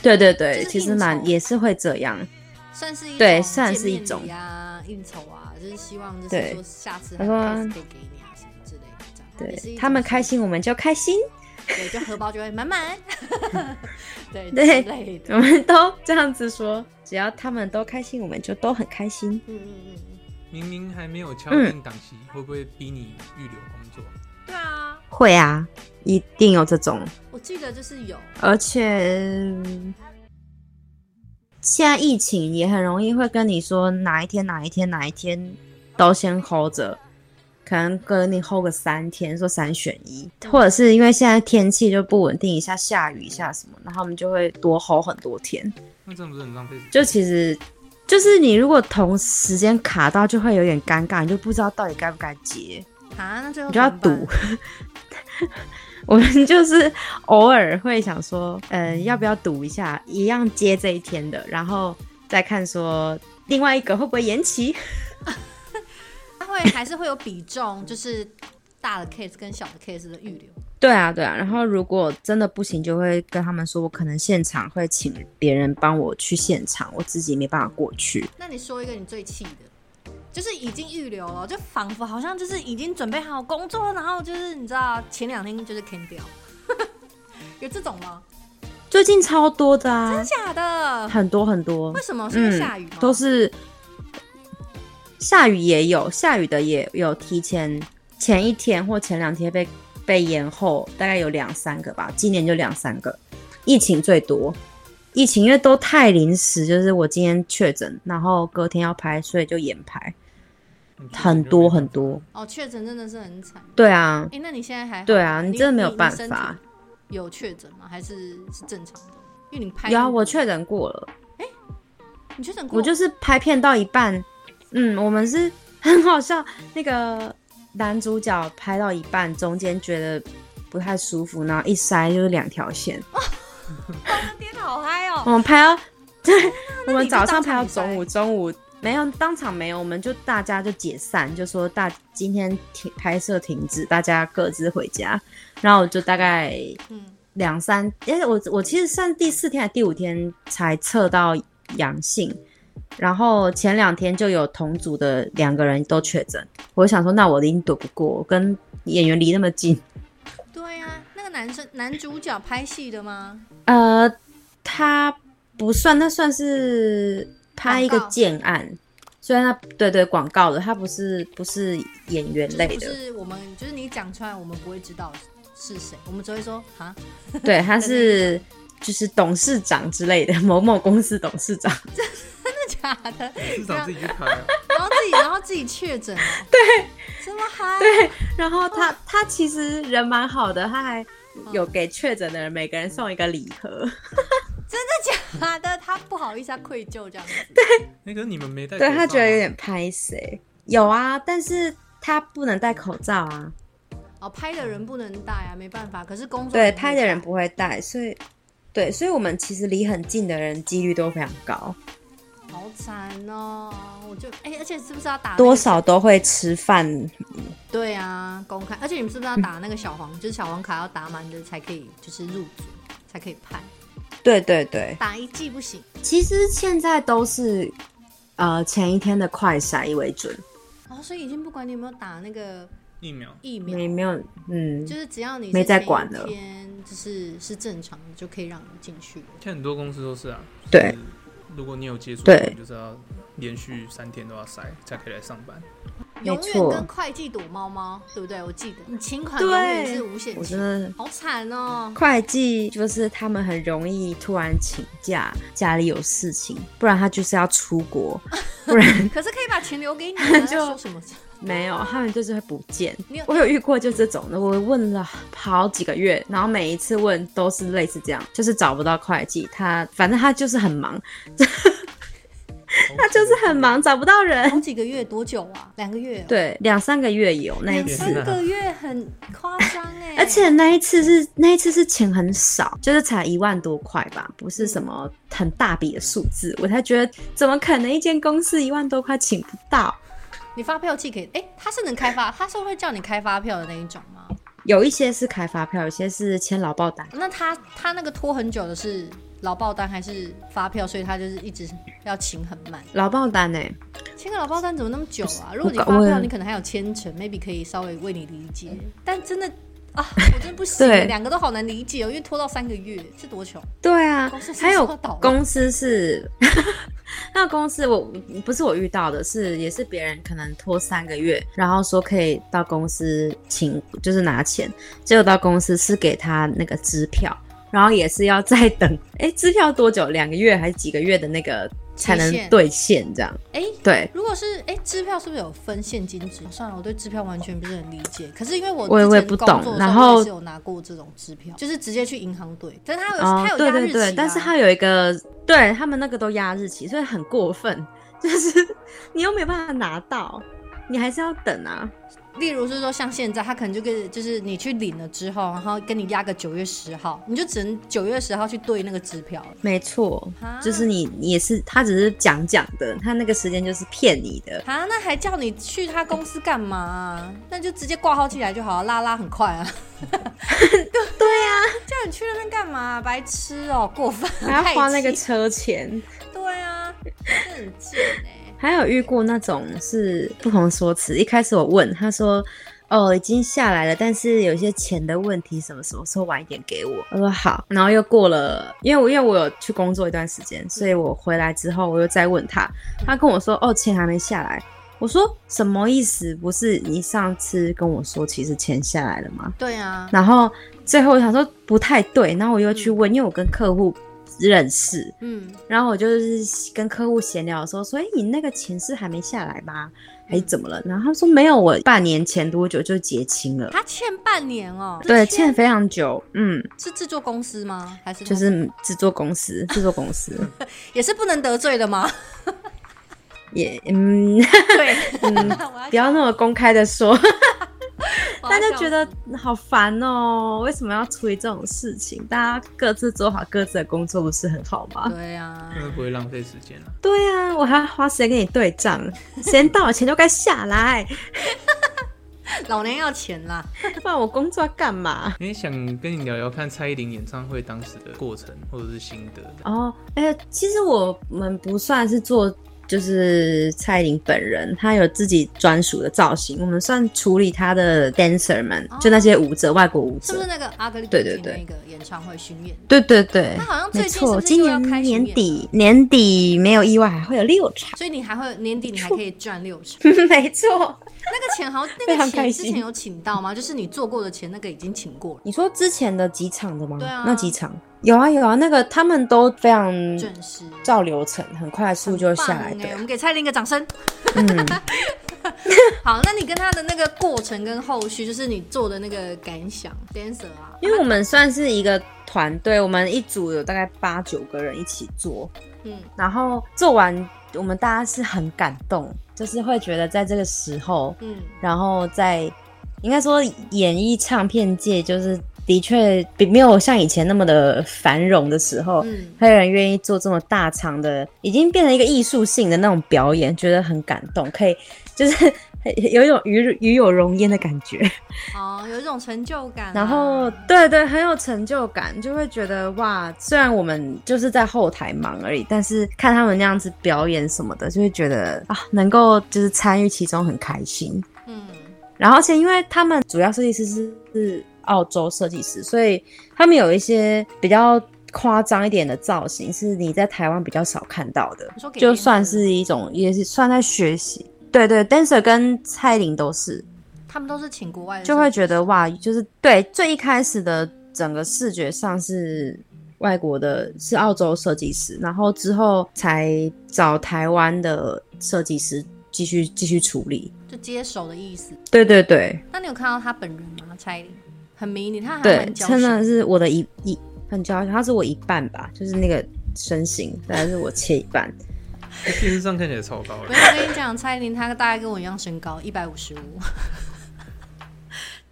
[SPEAKER 3] 对对对，
[SPEAKER 1] 就是
[SPEAKER 3] 其实
[SPEAKER 1] 应酬哦
[SPEAKER 3] 蛮也是会这样。
[SPEAKER 1] 算是一
[SPEAKER 3] 对
[SPEAKER 1] 种
[SPEAKER 3] 算
[SPEAKER 1] 见
[SPEAKER 3] 是一
[SPEAKER 1] 面
[SPEAKER 3] 种
[SPEAKER 1] 礼啊应酬啊，就是希望就是
[SPEAKER 3] 对
[SPEAKER 1] 说下次
[SPEAKER 3] 他
[SPEAKER 1] 还
[SPEAKER 3] 说
[SPEAKER 1] 还是可以给你啊什么之类的，这样也是一
[SPEAKER 3] 对
[SPEAKER 1] 种
[SPEAKER 3] 他们开心，我们就开心，
[SPEAKER 1] 对，就荷包就会满 满，对
[SPEAKER 3] 对
[SPEAKER 1] 之类的，嗯
[SPEAKER 3] 我们都这样子说，只要他们都开心，我们就都很开心。
[SPEAKER 1] 嗯嗯嗯嗯，
[SPEAKER 2] 明明还没有敲
[SPEAKER 3] 嗯
[SPEAKER 2] 定档期，会不会逼你预留工作？
[SPEAKER 1] 对啊，
[SPEAKER 3] 会啊，一定有这种，
[SPEAKER 1] 我记得就是有，
[SPEAKER 3] 而且现在疫情也很容易会跟你说哪一天哪一天哪一天都先 hold 着。可能跟你 hold 个三天，说三选一，或者是因为现在天气就不稳定，一下下雨，一下什么，然后他们就会多 hold 很多天。
[SPEAKER 2] 那这样不是很浪费时间？
[SPEAKER 3] 就其实就是你如果同时间卡到，就会有点尴尬，你就不知道到底该不该接，
[SPEAKER 1] 啊，那最后
[SPEAKER 3] 你就要
[SPEAKER 1] 怎么
[SPEAKER 3] 赌
[SPEAKER 1] 办。
[SPEAKER 3] 我们就是偶尔会想说，呃，要不要赌一下，一样接这一天的，然后再看说另外一个会不会延期。
[SPEAKER 1] 它会还是会有比重，就是大的 case 跟小的 case 的预留。
[SPEAKER 3] 对啊，对啊。然后如果真的不行，就会跟他们说，我可能现场会请别人帮我去现场，我自己没办法过去。
[SPEAKER 1] 那你说一个你最气的，就是已经预留了，就仿佛好像就是已经准备好工作，然后就是你知道前两天就是 can 掉， 有这种吗？
[SPEAKER 3] 最近超多的啊
[SPEAKER 1] 真，假的？
[SPEAKER 3] 很多很多。
[SPEAKER 1] 哦为什么？是因为下雨吗？
[SPEAKER 3] 都是嗯下雨也有，下雨的也有提前前一天或前两天被被延后，大概有两三个吧，今年就两三个。疫情最多，疫情因为都太临时，就是我今天确诊，然后隔天要拍，所以就延拍，很多很多。
[SPEAKER 1] 哦，确诊真的是很惨。
[SPEAKER 3] 对啊，
[SPEAKER 1] 哎、那你现在还好吗
[SPEAKER 3] 对啊
[SPEAKER 1] 你
[SPEAKER 3] 你真的没有办法。
[SPEAKER 1] 你你身体有确诊吗？还是是正常的？因为你拍
[SPEAKER 3] 有啊，我
[SPEAKER 1] 确
[SPEAKER 3] 确诊过了，
[SPEAKER 1] 你确诊过，
[SPEAKER 3] 我就是拍片到一半，嗯，我们是很好笑，那个男主角拍到一半，中间觉得不太舒服，然后一塞就是两条线。
[SPEAKER 1] 天好嗨哦、
[SPEAKER 3] 我们拍到，对，我
[SPEAKER 1] 那
[SPEAKER 3] 们
[SPEAKER 1] 你就
[SPEAKER 3] 早上
[SPEAKER 1] 当场
[SPEAKER 3] 拍到
[SPEAKER 1] 比赛
[SPEAKER 3] 中午，中午没有当场没有，我们就大家就解散，就说大今天停拍摄停止，大家各自回家。然后我就大概
[SPEAKER 1] 嗯，
[SPEAKER 3] 两三，因为我我其实算第四天还是第五天才测到阳性，然后前两天就有同组的两个人都确诊，我想说那我一定躲不过，我跟演员离那么近，
[SPEAKER 1] 对啊，那个男生男主角拍戏的吗？
[SPEAKER 3] 呃，他不算，那算是拍一个
[SPEAKER 1] 广告
[SPEAKER 3] 建案，虽然他对对广告的，他不是不是演员
[SPEAKER 1] 就是
[SPEAKER 3] 类
[SPEAKER 1] 不
[SPEAKER 3] 的，
[SPEAKER 1] 是我们，就是你讲出来，我们不会知道是谁，我们只会说啊，
[SPEAKER 3] 对，他是就是董事长之类的，某某公司董事长。
[SPEAKER 1] 真的假的？
[SPEAKER 2] 市长自己去拍啊，
[SPEAKER 1] 然后自己，然后自己确诊了， 对，这么嗨，对，
[SPEAKER 3] 然后他他其实人蛮好的，他还有给确诊的人每个人送一个礼盒。
[SPEAKER 1] 真的假的？他不好意思，他愧疚这样子，对，
[SPEAKER 2] 那个你们没带 口罩
[SPEAKER 3] 嗯对
[SPEAKER 2] 啊，
[SPEAKER 3] 他觉得有点拍谁？有啊，但是他不能戴口罩啊。
[SPEAKER 1] 哦，拍的人不能带啊，没办法，可是工作
[SPEAKER 3] 对，
[SPEAKER 1] 能
[SPEAKER 3] 拍的人不会戴，所以对，所以我们其实离很近的人几率都非常高，
[SPEAKER 1] 好惨哦，我就哎、而且是不是要打那个
[SPEAKER 3] 多？少都会吃饭。
[SPEAKER 1] 对啊，公开，而且你们是不是要打那个小黄，就是小黄卡要打满的才可以，就是入组才可以拍，
[SPEAKER 3] 对对对，
[SPEAKER 1] 打一季不行
[SPEAKER 3] 其实现在都是呃前一天的快筛为准，
[SPEAKER 1] 哦，所以已经不管你有没有打那个
[SPEAKER 2] 疫苗，
[SPEAKER 1] 疫苗，
[SPEAKER 3] 没没有嗯
[SPEAKER 1] 就，是只要你是
[SPEAKER 3] 没在管了
[SPEAKER 1] 前一天就是是正常的，就可以让你进去了。
[SPEAKER 2] 现在很多公司都是啊。
[SPEAKER 3] 对，
[SPEAKER 2] 如果你有接触，
[SPEAKER 3] 对
[SPEAKER 2] 你就是要连续三天都要塞才可以来上班。
[SPEAKER 1] 永
[SPEAKER 3] 没
[SPEAKER 1] 远
[SPEAKER 3] 错
[SPEAKER 1] 跟会计躲猫猫，对不对？我记得你请款永远
[SPEAKER 3] 对
[SPEAKER 1] 是无限
[SPEAKER 3] 我
[SPEAKER 1] 期
[SPEAKER 3] 真，的
[SPEAKER 1] 好惨 哦。
[SPEAKER 3] 会计就是他们很容易突然请假，家里有事情，不然他就是要出 国，不然
[SPEAKER 1] 可是可以把钱留给你啊，那
[SPEAKER 3] 就
[SPEAKER 1] 说什么？
[SPEAKER 3] 没有，他们就是会不见
[SPEAKER 1] 你有。
[SPEAKER 3] 我有遇过就这种的，我问了好几个月，然后每一次问都是类似这样，就是找不到会计，他反正他就是很忙，
[SPEAKER 2] 他
[SPEAKER 3] 就是很忙，找不到人。
[SPEAKER 1] 好几个月多久啊？两个月、哦？，
[SPEAKER 3] 对，两三个月有那一
[SPEAKER 1] 两
[SPEAKER 3] 次，
[SPEAKER 1] 三个月很夸 张哎。
[SPEAKER 3] 而且那一次是那一次是钱很少，就是才一万多块吧，不是什么很大笔的数字，我才觉得怎么可能一间公司一万多块请不到？
[SPEAKER 1] 你发票寄给，哎、他是能开发，他是会叫你开发票的那一种吗？
[SPEAKER 3] 有一些是开发票，有些是签劳报单，
[SPEAKER 1] 那他他那个拖很久的是劳报单还是发票？所以他就是一直要请很慢。
[SPEAKER 3] 劳报单呢、欸
[SPEAKER 1] 签个劳报单怎么那么久啊？如果你
[SPEAKER 3] 搞
[SPEAKER 1] 发
[SPEAKER 3] 我
[SPEAKER 1] 票，
[SPEAKER 3] 也嗯
[SPEAKER 1] 你可能还有牵扯，maybe 可以稍微为你理解。但真的 啊，我真的不行，
[SPEAKER 3] 对
[SPEAKER 1] 两个都好难理解哦，因为拖到三个月是多久？
[SPEAKER 3] 对啊
[SPEAKER 1] 公司，哦是
[SPEAKER 3] 还有
[SPEAKER 1] 不是要倒了
[SPEAKER 3] 公司是。 那公司我不是我遇到的是，也是别人可能拖三个月，然后说可以到公司请，就是拿钱，结果到公司是给他那个支票，然后也是要再等， 哎，支票多久？两个月还是几个月的那个才能
[SPEAKER 1] 期限
[SPEAKER 3] 兑现？这样
[SPEAKER 1] 哎、
[SPEAKER 3] 对，
[SPEAKER 1] 如果是哎、支票是不是有分现金支？算了，我对支票完全不是很理解。可是因为我
[SPEAKER 3] 我也
[SPEAKER 1] 之
[SPEAKER 3] 我也
[SPEAKER 1] 前
[SPEAKER 3] 不
[SPEAKER 1] 工
[SPEAKER 3] 懂
[SPEAKER 1] 作的
[SPEAKER 3] 然
[SPEAKER 1] 时候我也
[SPEAKER 3] 后
[SPEAKER 1] 是有拿过这种支票，就是直接去银行兑，但是它有、
[SPEAKER 3] 哦
[SPEAKER 1] 它，有
[SPEAKER 3] 对
[SPEAKER 1] 压日
[SPEAKER 3] 对
[SPEAKER 1] 期、啊
[SPEAKER 3] 对，但是它有一个，对他们那个都压日期，所以很过分，就是 你又没办法拿到，你还是要等啊。
[SPEAKER 1] 例如是说像现在，他可能就跟就是你去领了之后，然后跟你压个九月十号，你就只能九月十号去兑那个支票了。
[SPEAKER 3] 没错
[SPEAKER 1] 啊，
[SPEAKER 3] 就是你你也是他只是讲讲的，他那个时间就是骗你的。
[SPEAKER 1] 啊，那还叫你去他公司干嘛啊、那就直接挂号进来就好了，拉拉很快啊。对呀、啊，叫你去那边干嘛、白痴哦、过分，
[SPEAKER 3] 还要
[SPEAKER 1] 太
[SPEAKER 3] 花那个
[SPEAKER 1] 气
[SPEAKER 3] 车钱，
[SPEAKER 1] 对啊，这很贱哎、
[SPEAKER 3] 还有遇过那种是不同说辞。一开始我问他说：“哦，已经下来了，但是有一些钱的问题，什么什么说晚一点给我。”我说好，然后又过了，因为我因为我有去工作一段时间，所以我回来之后我又再问他，他跟我说：“哦，钱还没下来。”我说：“什么意思？不是你上次跟我说其实钱下来了吗？”
[SPEAKER 1] 对啊，
[SPEAKER 3] 然后最后我想说不太对，然后我又去问，因为我跟客户认识，
[SPEAKER 1] 嗯，
[SPEAKER 3] 然后我就是跟客户闲聊的时候说，所以你那个钱是还没下来吗？还是怎么了？然后他说没有，我半年前多久就结清了。
[SPEAKER 1] 他欠 半年哦、
[SPEAKER 3] 对，
[SPEAKER 1] 是
[SPEAKER 3] 欠非常久，嗯，
[SPEAKER 1] 是制作公司吗？还是他
[SPEAKER 3] 就是制作公司，制作公司
[SPEAKER 1] 也是不能得罪的吗？
[SPEAKER 3] 也， 嗯，
[SPEAKER 1] 对，嗯
[SPEAKER 3] 不要那么公开的说，
[SPEAKER 1] 大
[SPEAKER 3] 大家觉得好烦哦，为什么要处理这种事情？大家各自做好各自的工作，不是很好吗？
[SPEAKER 1] 对啊，
[SPEAKER 2] 那不会浪费时间啊。
[SPEAKER 3] 对啊，我还要花时间跟你对账，时间到了钱就该下来，
[SPEAKER 1] 老娘要钱啦，
[SPEAKER 3] 不然我工作要干嘛？
[SPEAKER 2] 因为想跟你聊聊看蔡依林演唱会当时的过程或者是心得。
[SPEAKER 3] 哦，哎、其实我们不算是做，就是蔡依林本人，她有自己专属的造型，我们算处理她的 dancer 们，
[SPEAKER 1] 哦
[SPEAKER 3] 就那些舞者，外国舞
[SPEAKER 1] 是
[SPEAKER 3] 者
[SPEAKER 1] 不。是那个阿格里
[SPEAKER 3] 对对
[SPEAKER 1] 古琴
[SPEAKER 3] 对
[SPEAKER 1] 那个演唱会巡演？
[SPEAKER 3] 对对对
[SPEAKER 1] 那，好像最
[SPEAKER 3] 没
[SPEAKER 1] 近是不
[SPEAKER 3] 错，
[SPEAKER 1] 是
[SPEAKER 3] 今
[SPEAKER 1] 又要开
[SPEAKER 3] 年
[SPEAKER 1] 巡演
[SPEAKER 3] 年
[SPEAKER 1] 了
[SPEAKER 3] 底年底没有意外还会有六 场，
[SPEAKER 1] 所以你还会年底你还可以赚六 成，
[SPEAKER 3] 没错。
[SPEAKER 1] 那个钱好像那
[SPEAKER 3] 非
[SPEAKER 1] 个
[SPEAKER 3] 常
[SPEAKER 1] 钱
[SPEAKER 3] 开
[SPEAKER 1] 之
[SPEAKER 3] 心
[SPEAKER 1] 前有请到吗？就是你做过的钱，那个已经请过了，
[SPEAKER 3] 你说之前的几场的吗？
[SPEAKER 1] 对啊
[SPEAKER 3] 那几场有啊有啊，那个他们都非常
[SPEAKER 1] 准时
[SPEAKER 3] 照流程，很快速就下来啊
[SPEAKER 1] 很棒
[SPEAKER 3] 的
[SPEAKER 1] 欸。我们给蔡依林一个掌声。
[SPEAKER 3] 嗯，
[SPEAKER 1] 好，那你跟他的那个过程跟后续，就是你做的那个感想，dancer 啊，
[SPEAKER 3] 因为我们算是一个团队，我们一组有大概八九个人一起做，
[SPEAKER 1] 嗯，
[SPEAKER 3] 然后做完，我们大家是很感动，就是会觉得在这个时候，
[SPEAKER 1] 嗯，
[SPEAKER 3] 然后在应该说演艺唱片界，就是的确比没有像以前那么的繁荣的时候，
[SPEAKER 1] 嗯
[SPEAKER 3] 还有人愿意做这么大场的，已经变成一个艺术性的那种表演，觉得很感动，可以就是 有一种与与有荣焉的感觉。
[SPEAKER 1] 哦，有一种成就感啊、
[SPEAKER 3] 然后，对对，很有成就感，就会觉得哇，虽然我们就是在后台忙而已，但是看他们那样子表演什么的，就会觉得啊，能够就是参与其中很开心。
[SPEAKER 1] 嗯，
[SPEAKER 3] 然后，而且因为他们主要设计师是是澳洲设计师，所以他们有一些比较夸张一点的造型，是你在台湾比较少看到的
[SPEAKER 1] 你说。给别
[SPEAKER 3] 就
[SPEAKER 1] 人
[SPEAKER 3] 算
[SPEAKER 1] 的
[SPEAKER 3] 是一种，也是算在学习。对对，dancer 跟蔡依林都是，
[SPEAKER 1] 他们都是请国外的设计师，
[SPEAKER 3] 就会觉得哇，就是对最一开始的整个视觉上是外国的，是澳洲设计师，然后之后才找台湾的设计师继续继续处理。
[SPEAKER 1] 就接手的意思。
[SPEAKER 3] 对对对
[SPEAKER 1] 那你有看到他本人吗？蔡依林很迷你，他还
[SPEAKER 3] 对
[SPEAKER 1] 蛮，娇
[SPEAKER 3] 真
[SPEAKER 1] 小
[SPEAKER 3] 的。是我的一一很骄傲，他是我一半吧，就是那个身形，大概是我切一半。
[SPEAKER 2] 电视上看起来超高欸
[SPEAKER 1] 没
[SPEAKER 2] 的，
[SPEAKER 1] 有，我跟你讲，蔡依林她大概跟我一样身高，一百五十五。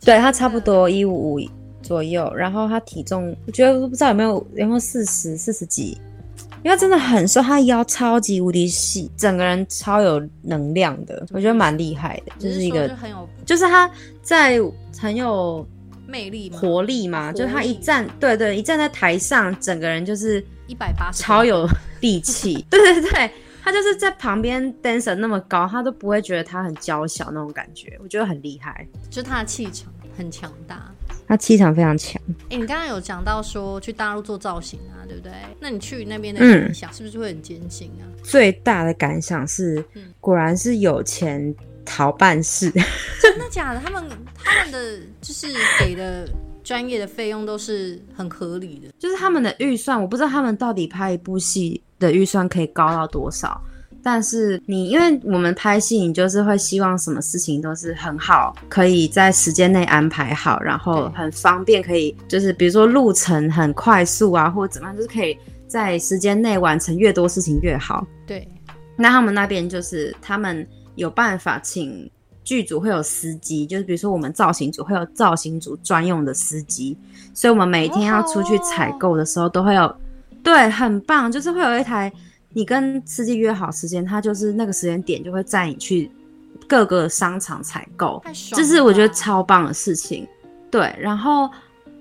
[SPEAKER 3] 对他差不多一五五左右，然后他体重我觉得不知道有没有有没有四十四十几，因为他真的很瘦，他腰超级无敌细，整个人超有能量的，我觉得蛮厉害的，就
[SPEAKER 1] 只
[SPEAKER 3] 是
[SPEAKER 1] 是
[SPEAKER 3] 一
[SPEAKER 1] 说
[SPEAKER 3] 个
[SPEAKER 1] 就很有
[SPEAKER 3] 就是他在很有
[SPEAKER 1] 魅力嘛，
[SPEAKER 3] 活力嘛，
[SPEAKER 1] 活
[SPEAKER 3] 就是他
[SPEAKER 1] 力
[SPEAKER 3] 一站对对一站在台上，整个人就是
[SPEAKER 1] 一百八十
[SPEAKER 3] 超有力 气，对对对。他就是在旁边 dancer 那么高，他都不会觉得他很娇小那种感觉，我觉得很厉害。
[SPEAKER 1] 就是她的气场很强大。
[SPEAKER 3] 他气场非常强。
[SPEAKER 1] 哎、你刚刚有讲到说去大陆做造型啊，对不对？那你去那边的
[SPEAKER 3] 嗯
[SPEAKER 1] 感想是不是会很艰辛啊？
[SPEAKER 3] 最大的感想是
[SPEAKER 1] 嗯，
[SPEAKER 3] 果然是有钱逃办事。
[SPEAKER 1] 真的假的？他们他们的就是给的专业的费用都是很合理的，
[SPEAKER 3] 就是他们的预算，我不知道他们到底拍一部戏的预算可以高到多少。但是你，因为我们拍戏，你就是会希望什么事情都是很好，可以在时间内安排好，然后
[SPEAKER 1] 对
[SPEAKER 3] 很方便，可以就是比如说路程很快速啊，或者怎么样，就是可以在时间内完成越多事情越好。
[SPEAKER 1] 对，
[SPEAKER 3] 那他们那边就是他们有办法请剧组会有司机，就是比如说我们造型组会有造型组专用的司机，所以我们每天要出去采购的时候都会有，对，很棒，就是会有一台你跟司机约好时间，他就是那个时间点就会载你去各个商场采购，
[SPEAKER 1] 太爽
[SPEAKER 3] 这
[SPEAKER 1] 了吧。
[SPEAKER 3] 是我觉得超棒的事情。对，然后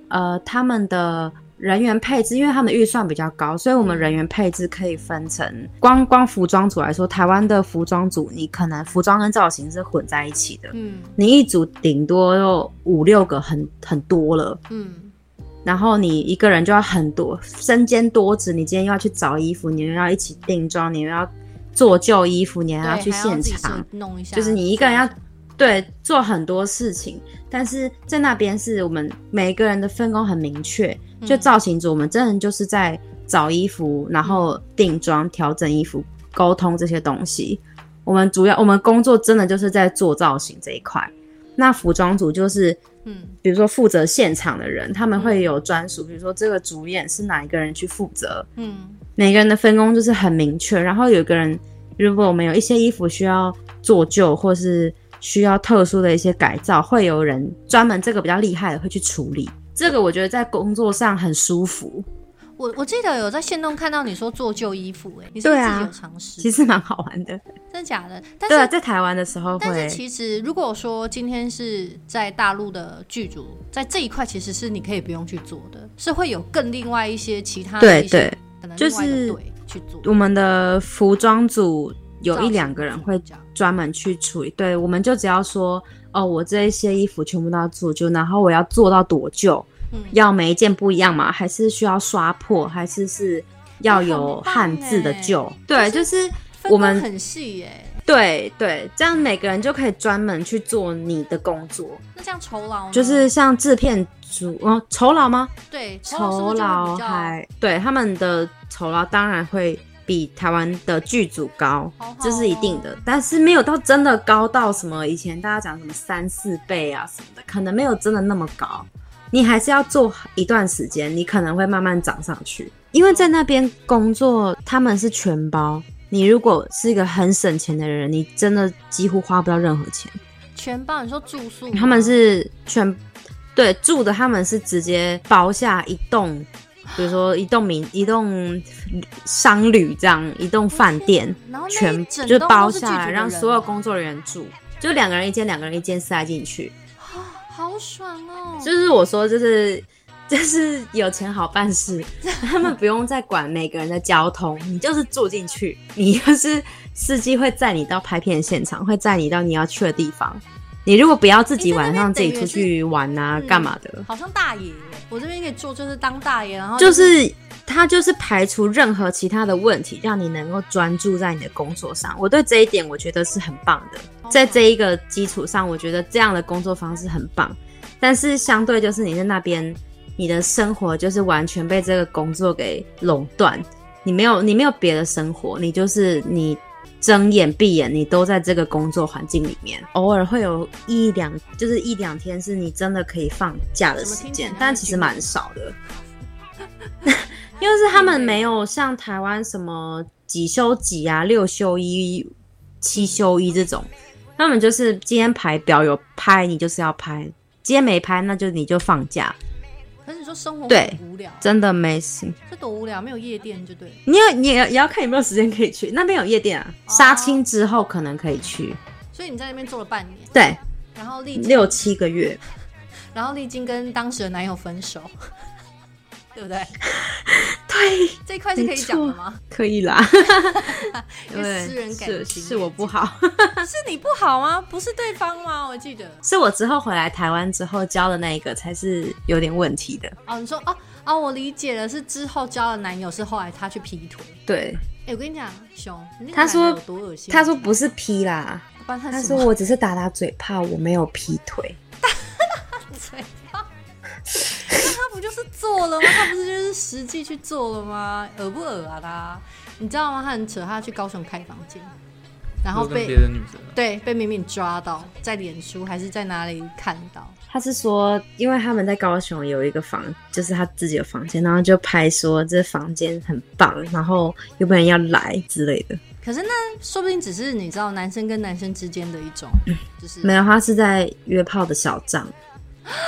[SPEAKER 3] 呃，他们的人员配置，因为他们的预算比较高，所以我们人员配置可以分成光光服装组来说，台湾的服装组，你可能服装跟造型是混在一起的，
[SPEAKER 1] 嗯
[SPEAKER 3] 你一组顶多有五六个很，很多了。
[SPEAKER 1] 嗯，
[SPEAKER 3] 然后你一个人就要很多身兼多职，你今天又要去找衣服，你又要一起定妆，你又要做旧衣服，你还
[SPEAKER 1] 对，
[SPEAKER 3] 要去
[SPEAKER 1] 还要
[SPEAKER 3] 现
[SPEAKER 1] 自己
[SPEAKER 3] 场，
[SPEAKER 1] 设弄一下，
[SPEAKER 3] 就是你一个人要对做很多事情，但是在那边是我们每个人的分工很明确，
[SPEAKER 1] 嗯
[SPEAKER 3] 就造型组我们真的就是在找衣服，然后定妆、调整衣服、沟通这些东西。我们主要我们工作真的就是在做造型这一块。那服装组就是
[SPEAKER 1] 嗯
[SPEAKER 3] 比如说负责现场的人，他们
[SPEAKER 1] 嗯
[SPEAKER 3] 会有专属，比如说这个主演是哪一个人去负责，
[SPEAKER 1] 嗯
[SPEAKER 3] 每个人的分工就是很明确。然后有一个人，如果我们有一些衣服需要做旧，或是需要特殊的一些改造，会有人专门这个比较厉害的会去处理。这个我觉得在工作上很舒服，
[SPEAKER 1] 我我记得有在线动看到你说做旧衣服、欸，哎，你是不
[SPEAKER 3] 对
[SPEAKER 1] 是
[SPEAKER 3] 啊
[SPEAKER 1] 自己有尝试？
[SPEAKER 3] 其实蛮好玩的。
[SPEAKER 1] 真的假的？但
[SPEAKER 3] 对啊，
[SPEAKER 1] 是
[SPEAKER 3] 在台湾的时候
[SPEAKER 1] 但
[SPEAKER 3] 会
[SPEAKER 1] 是，其实如果说今天是在大陆的剧组，在这一块其实是你可以不用去做的，是会有更另外一些其他的
[SPEAKER 3] 对
[SPEAKER 1] 一些
[SPEAKER 3] 对
[SPEAKER 1] 可能
[SPEAKER 3] 就
[SPEAKER 1] 另外的
[SPEAKER 3] 是
[SPEAKER 1] 队去做。
[SPEAKER 3] 我们的服装组有
[SPEAKER 1] 造
[SPEAKER 3] 一
[SPEAKER 1] 型
[SPEAKER 3] 两个人
[SPEAKER 1] 组
[SPEAKER 3] 会
[SPEAKER 1] 这样
[SPEAKER 3] 专门去处理。对，我们就只要说，哦，我这一些衣服全部都要做旧，然后我要做到多旧，
[SPEAKER 1] 嗯
[SPEAKER 3] 要每一件不一样嘛，还是需要刷破，还是是要有汉字的旧？对，就是
[SPEAKER 1] 分
[SPEAKER 3] 我
[SPEAKER 1] 工
[SPEAKER 3] 们
[SPEAKER 1] 很细耶、
[SPEAKER 3] 对对，这样每个人就可以专门去做你的工作，
[SPEAKER 1] 那这样酬劳呢
[SPEAKER 3] 就是像制片组，哦，酬劳吗？
[SPEAKER 1] 对
[SPEAKER 3] 酬
[SPEAKER 1] 劳是不是就会
[SPEAKER 3] 劳
[SPEAKER 1] 比较
[SPEAKER 3] 还对他们的酬劳当然会比台湾的剧组高
[SPEAKER 1] 好好哦，
[SPEAKER 3] 这是一定的，但是没有到真的高到什么以前大家讲什么三四倍啊什么的，可能没有真的那么高。你还是要做一段时间，你可能会慢慢涨上去，因为在那边工作他们是全包。你如果是一个很省钱的人，你真的几乎花不到任何钱。
[SPEAKER 1] 全包？你说住宿吗？
[SPEAKER 3] 他们是全对住的，他们是直接包下一栋，比如说一栋民一栋商旅这样，一栋饭店，
[SPEAKER 1] 然后那一
[SPEAKER 3] 全
[SPEAKER 1] 整
[SPEAKER 3] 就
[SPEAKER 1] 栋
[SPEAKER 3] 包
[SPEAKER 1] 都是剧
[SPEAKER 3] 下
[SPEAKER 1] 组
[SPEAKER 3] 来，
[SPEAKER 1] 的
[SPEAKER 3] 让
[SPEAKER 1] 人
[SPEAKER 3] 所有
[SPEAKER 1] 哦
[SPEAKER 3] 工作人员住，就两个人一间，两个人一间塞进去。
[SPEAKER 1] 啊好爽哦！
[SPEAKER 3] 就是我说，就是 就是有钱好办 事，他们不用再管每个人的交通，你就是住进去，你就是司机会载你到拍片现场，会载你到你要去的地方。你如果不要自己晚上自己出去玩啊
[SPEAKER 1] 嗯，
[SPEAKER 3] 干嘛的，
[SPEAKER 1] 好像大爷耶，我这边可以做就是当大爷，然后
[SPEAKER 3] 就是它就是排除任何其他的问题，让你能够专注在你的工作上。我对这一点我觉得是很棒的，
[SPEAKER 1] 哦
[SPEAKER 3] 在这一个基础上，我觉得这样的工作方式很棒。但是相对就是你在那边，你的生活就是完全被这个工作给垄断，你没有你没有别的生活，你就是你睁眼闭眼你都在这个工作环境里面。偶尔会有一两就是一两天是你真的可以放假的
[SPEAKER 1] 怎么
[SPEAKER 3] 时
[SPEAKER 1] 听起
[SPEAKER 3] 间
[SPEAKER 1] 来，
[SPEAKER 3] 但其实蛮少的。因为是他们没有像台湾什么几休几啊、六休一、七休一这种，他们就是今天排表有拍，你就是要拍；今天没拍，那就你就放假。
[SPEAKER 1] 可是你说生活
[SPEAKER 3] 对
[SPEAKER 1] 很无聊，
[SPEAKER 3] 真的没事，
[SPEAKER 1] 这多无聊，没有夜店就对了。
[SPEAKER 3] 你有你也要也要看有没有时间可以去。那边有夜店啊，
[SPEAKER 1] 哦
[SPEAKER 3] 杀青之后可能可以去。
[SPEAKER 1] 所以你在那边做了半年，
[SPEAKER 3] 对，
[SPEAKER 1] 然后历经，
[SPEAKER 3] 六七个月，
[SPEAKER 1] 然后历经跟当时的男友分手， 对不对？
[SPEAKER 3] 对，
[SPEAKER 1] 这一块是可以讲的吗？
[SPEAKER 3] 可以啦。
[SPEAKER 1] 因为私人感
[SPEAKER 3] 是
[SPEAKER 1] 情
[SPEAKER 3] 是我不好。
[SPEAKER 1] 是你不好吗？不是对方吗？我记得
[SPEAKER 3] 是我之后回来台湾之后交的那一个才是有点问题的。
[SPEAKER 1] 哦，你说哦哦，我理解了，是之后交了男友，是后来他去劈腿。
[SPEAKER 3] 对，
[SPEAKER 1] 哎，我跟你讲，熊，你那个
[SPEAKER 3] 他说
[SPEAKER 1] 男的有多恶心？
[SPEAKER 3] 他说不是 P 啦，
[SPEAKER 1] 不然他
[SPEAKER 3] 他
[SPEAKER 1] 是什
[SPEAKER 3] 说
[SPEAKER 1] 么
[SPEAKER 3] 我只是打打嘴炮，我没有劈腿。
[SPEAKER 1] 嘴巴， 那他不就是做了吗？他不是就是实际去做了吗？恶不恶啊他？你知道吗？他很扯，他去高雄开房间，然后
[SPEAKER 2] 都跟
[SPEAKER 1] 被
[SPEAKER 2] 别的女生啊，
[SPEAKER 1] 对被敏敏抓到，在脸书还是在哪里看到？
[SPEAKER 3] 他是说，因为他们在高雄有一个房，就是他自己的房间，然后就拍说这房间很棒，然后有没有人要来之类的。
[SPEAKER 1] 可是那说不定只是你知道男生跟男生之间的一种，就是
[SPEAKER 3] 嗯没有，他是在约炮的小账，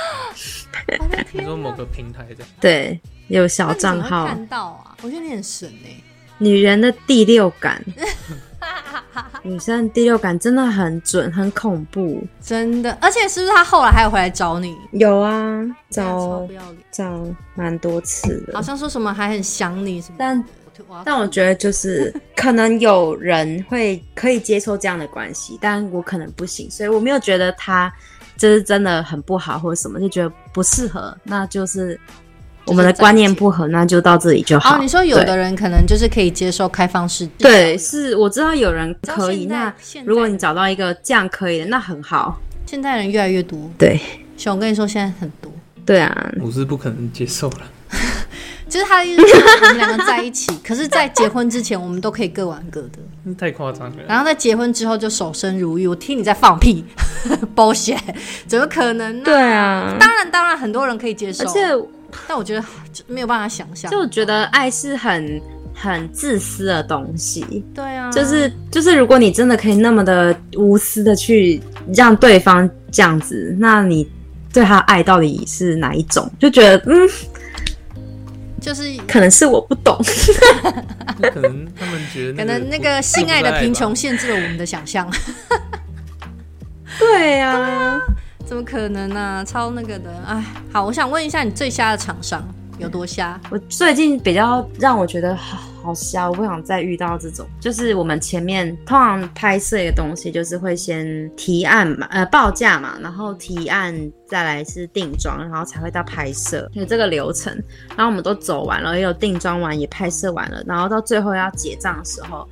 [SPEAKER 1] 我的
[SPEAKER 2] 你
[SPEAKER 1] 哦天
[SPEAKER 2] 说某
[SPEAKER 1] 哪，
[SPEAKER 2] 个平台 这样，
[SPEAKER 3] 对，有小
[SPEAKER 1] 那你怎
[SPEAKER 3] 账
[SPEAKER 1] 么会
[SPEAKER 3] 号。
[SPEAKER 1] 看到啊！我觉得你很神哎、
[SPEAKER 3] 女人的第六 感，
[SPEAKER 1] 欸，
[SPEAKER 3] 女生的第六感真的很准，很恐怖。
[SPEAKER 1] 真的。而且是不是他后来还有回来找你？
[SPEAKER 3] 有啊，
[SPEAKER 1] 超
[SPEAKER 3] 找
[SPEAKER 1] 不要脸，
[SPEAKER 3] 找蛮多次的
[SPEAKER 1] 好，像说什么还很想你什么的。
[SPEAKER 3] 但
[SPEAKER 1] 我要
[SPEAKER 3] 但我觉得就是 可能有人会可以接受这样的关系，但我可能不行，所以我没有觉得他就是真的很不好或者什么，就觉得不适合，那就是我们的观念不合，那就到这里就好。
[SPEAKER 1] 哦，你说有
[SPEAKER 3] 对
[SPEAKER 1] 的人可能就是可以接受开放式地
[SPEAKER 3] 对，
[SPEAKER 1] 交友
[SPEAKER 3] 是我知道有人可以，
[SPEAKER 1] 你知道现在
[SPEAKER 3] 那
[SPEAKER 1] 现在
[SPEAKER 3] 如果你找到一个这样可以的，那很好。
[SPEAKER 1] 现在人越来越多。
[SPEAKER 3] 对
[SPEAKER 1] 熊，我跟你说，现在很多，
[SPEAKER 3] 对啊，
[SPEAKER 2] 我是不可能接受了。
[SPEAKER 1] 就是他的意思 是说我们两个在一起，可是，在结婚之前我们都可以各玩各的，
[SPEAKER 2] 那太夸张了。
[SPEAKER 1] 然后在结婚之后就守身如玉。我听你在放屁 ，bullshit，怎么可能呢、
[SPEAKER 3] 对啊，
[SPEAKER 1] 当然，当然，很多人可以接受，
[SPEAKER 3] 而且
[SPEAKER 1] 但我觉得就没有办法想象。
[SPEAKER 3] 就我觉得爱是很很自私的东西。
[SPEAKER 1] 对啊，
[SPEAKER 3] 就是就是，如果你真的可以那么的无私的去让对方这样子，那你对他的爱到底是哪一种？就觉得嗯，
[SPEAKER 1] 就是
[SPEAKER 3] 可能是我不懂。
[SPEAKER 2] 就可能他们觉得
[SPEAKER 1] 可
[SPEAKER 2] 那个
[SPEAKER 1] 能那个
[SPEAKER 2] 不
[SPEAKER 1] 性爱的贫，穷
[SPEAKER 2] 不
[SPEAKER 1] 限制了我们的想象，
[SPEAKER 3] 对啊，
[SPEAKER 1] 怎么可能呢、超那个的，哎，好，我想问一下你最瞎的厂商有多瞎？
[SPEAKER 3] 我最近比较让我觉得好好瞎，我不想再遇到这种。就是我们前面通常拍摄一个东西，就是会先提案嘛，呃，报价嘛，然后提案，再来是定妆，然后才会到拍摄，有这个流程。然后我们都走完了，也有定妆完，也拍摄完了，然后到最后要结账的时候，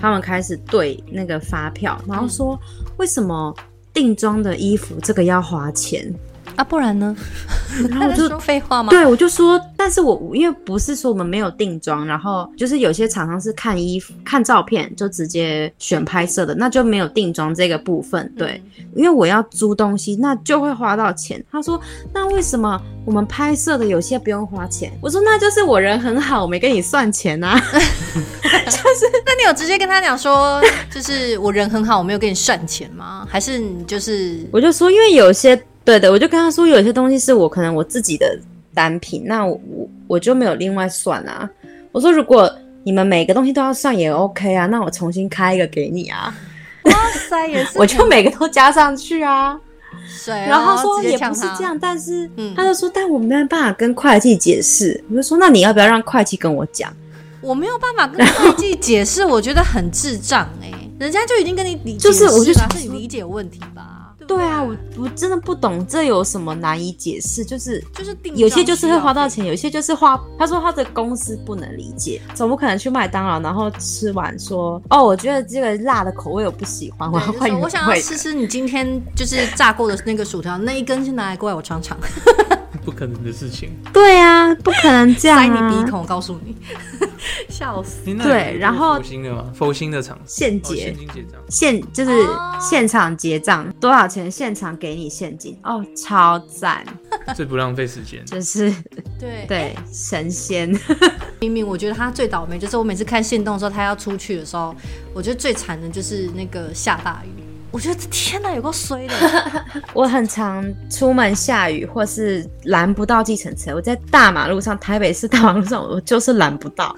[SPEAKER 3] 他们开始对那个发票，然后说为什么定妆的衣服这个要花钱？
[SPEAKER 1] 啊，不然呢？
[SPEAKER 3] 然后
[SPEAKER 1] 他
[SPEAKER 3] 我
[SPEAKER 1] 在
[SPEAKER 3] 就
[SPEAKER 1] 说废话吗？
[SPEAKER 3] 对，我就说，但是我因为不是说我们没有定妆，然后就是有些厂商是看衣服、看照片就直接选拍摄的，那就没有定妆这个部分。对，因为我要租东西，那就会花到钱。他说，那为什么我们拍摄的有些不用花钱？我说，那就是我人很好，我没跟你算钱啊。
[SPEAKER 1] 那你有直接跟他讲说，就是我人很好，我没有给你算钱吗？还是你就是
[SPEAKER 3] 我就说，因为有些对的，我就跟他说，有些东西是我可能我自己的单品，那我我我就没有另外算啊。我说，如果你们每个东西都要算也 OK 啊，那我重新开一个给你啊，
[SPEAKER 1] 哇塞，也是
[SPEAKER 3] 我就每个都加上去啊。
[SPEAKER 1] 水，
[SPEAKER 3] 然后他说
[SPEAKER 1] 直接
[SPEAKER 3] 也
[SPEAKER 1] 呛
[SPEAKER 3] 不是
[SPEAKER 1] 他
[SPEAKER 3] 这，样，但是
[SPEAKER 1] 嗯
[SPEAKER 3] 他就说，但我没有办法跟会计解释。我就说，那你要不要让会计跟我讲？
[SPEAKER 1] 我没有办法跟会计解欸释，我觉得很智障哎、人家就已经跟你理解
[SPEAKER 3] 就是我
[SPEAKER 1] 了
[SPEAKER 3] 就想
[SPEAKER 1] 是你
[SPEAKER 3] 说
[SPEAKER 1] 理解有问题吧？对
[SPEAKER 3] 对啊，我我真的不懂这有什么难以解释，就是
[SPEAKER 1] 就是定
[SPEAKER 3] 有些就
[SPEAKER 1] 嗯妆
[SPEAKER 3] 是
[SPEAKER 1] 需
[SPEAKER 3] 会
[SPEAKER 1] 要
[SPEAKER 3] 花到钱，有些就是花。他说他的公司不能理解，总不可能去麦当劳然后吃完说哦，我觉得这个辣的口味我不喜欢，我要
[SPEAKER 1] 对就是
[SPEAKER 3] 换
[SPEAKER 1] 说
[SPEAKER 3] 原
[SPEAKER 1] 我想要
[SPEAKER 3] 味。
[SPEAKER 1] 吃吃你今天就是炸过的那个薯条，那一根先拿来过来我 尝尝，
[SPEAKER 2] 不可能的事情。
[SPEAKER 3] 对啊，不可能这样、啊、
[SPEAKER 1] 塞你鼻孔，告诉你， 笑死。
[SPEAKER 2] 诶那
[SPEAKER 3] 对
[SPEAKER 2] 有一个
[SPEAKER 3] 然后
[SPEAKER 2] 佛心的吗？佛心的厂
[SPEAKER 3] 现
[SPEAKER 2] 哦，
[SPEAKER 3] 结
[SPEAKER 2] 现金结账，
[SPEAKER 3] 现就是
[SPEAKER 1] 哦
[SPEAKER 3] 现场结账多少钱，现场给你现金哦，超赞，
[SPEAKER 2] 最不浪费时间。
[SPEAKER 3] 就是
[SPEAKER 1] 对
[SPEAKER 3] 对神仙。
[SPEAKER 1] 明明我觉得他最倒霉，就是我每次看线动的时候，他要出去的时候，我觉得最惨的就是那个下大雨。我觉得天哪，有够衰 的，
[SPEAKER 3] 我很常出门下雨，或是拦不到计程车。我在大马路上，台北市大马路上，我就是拦不到，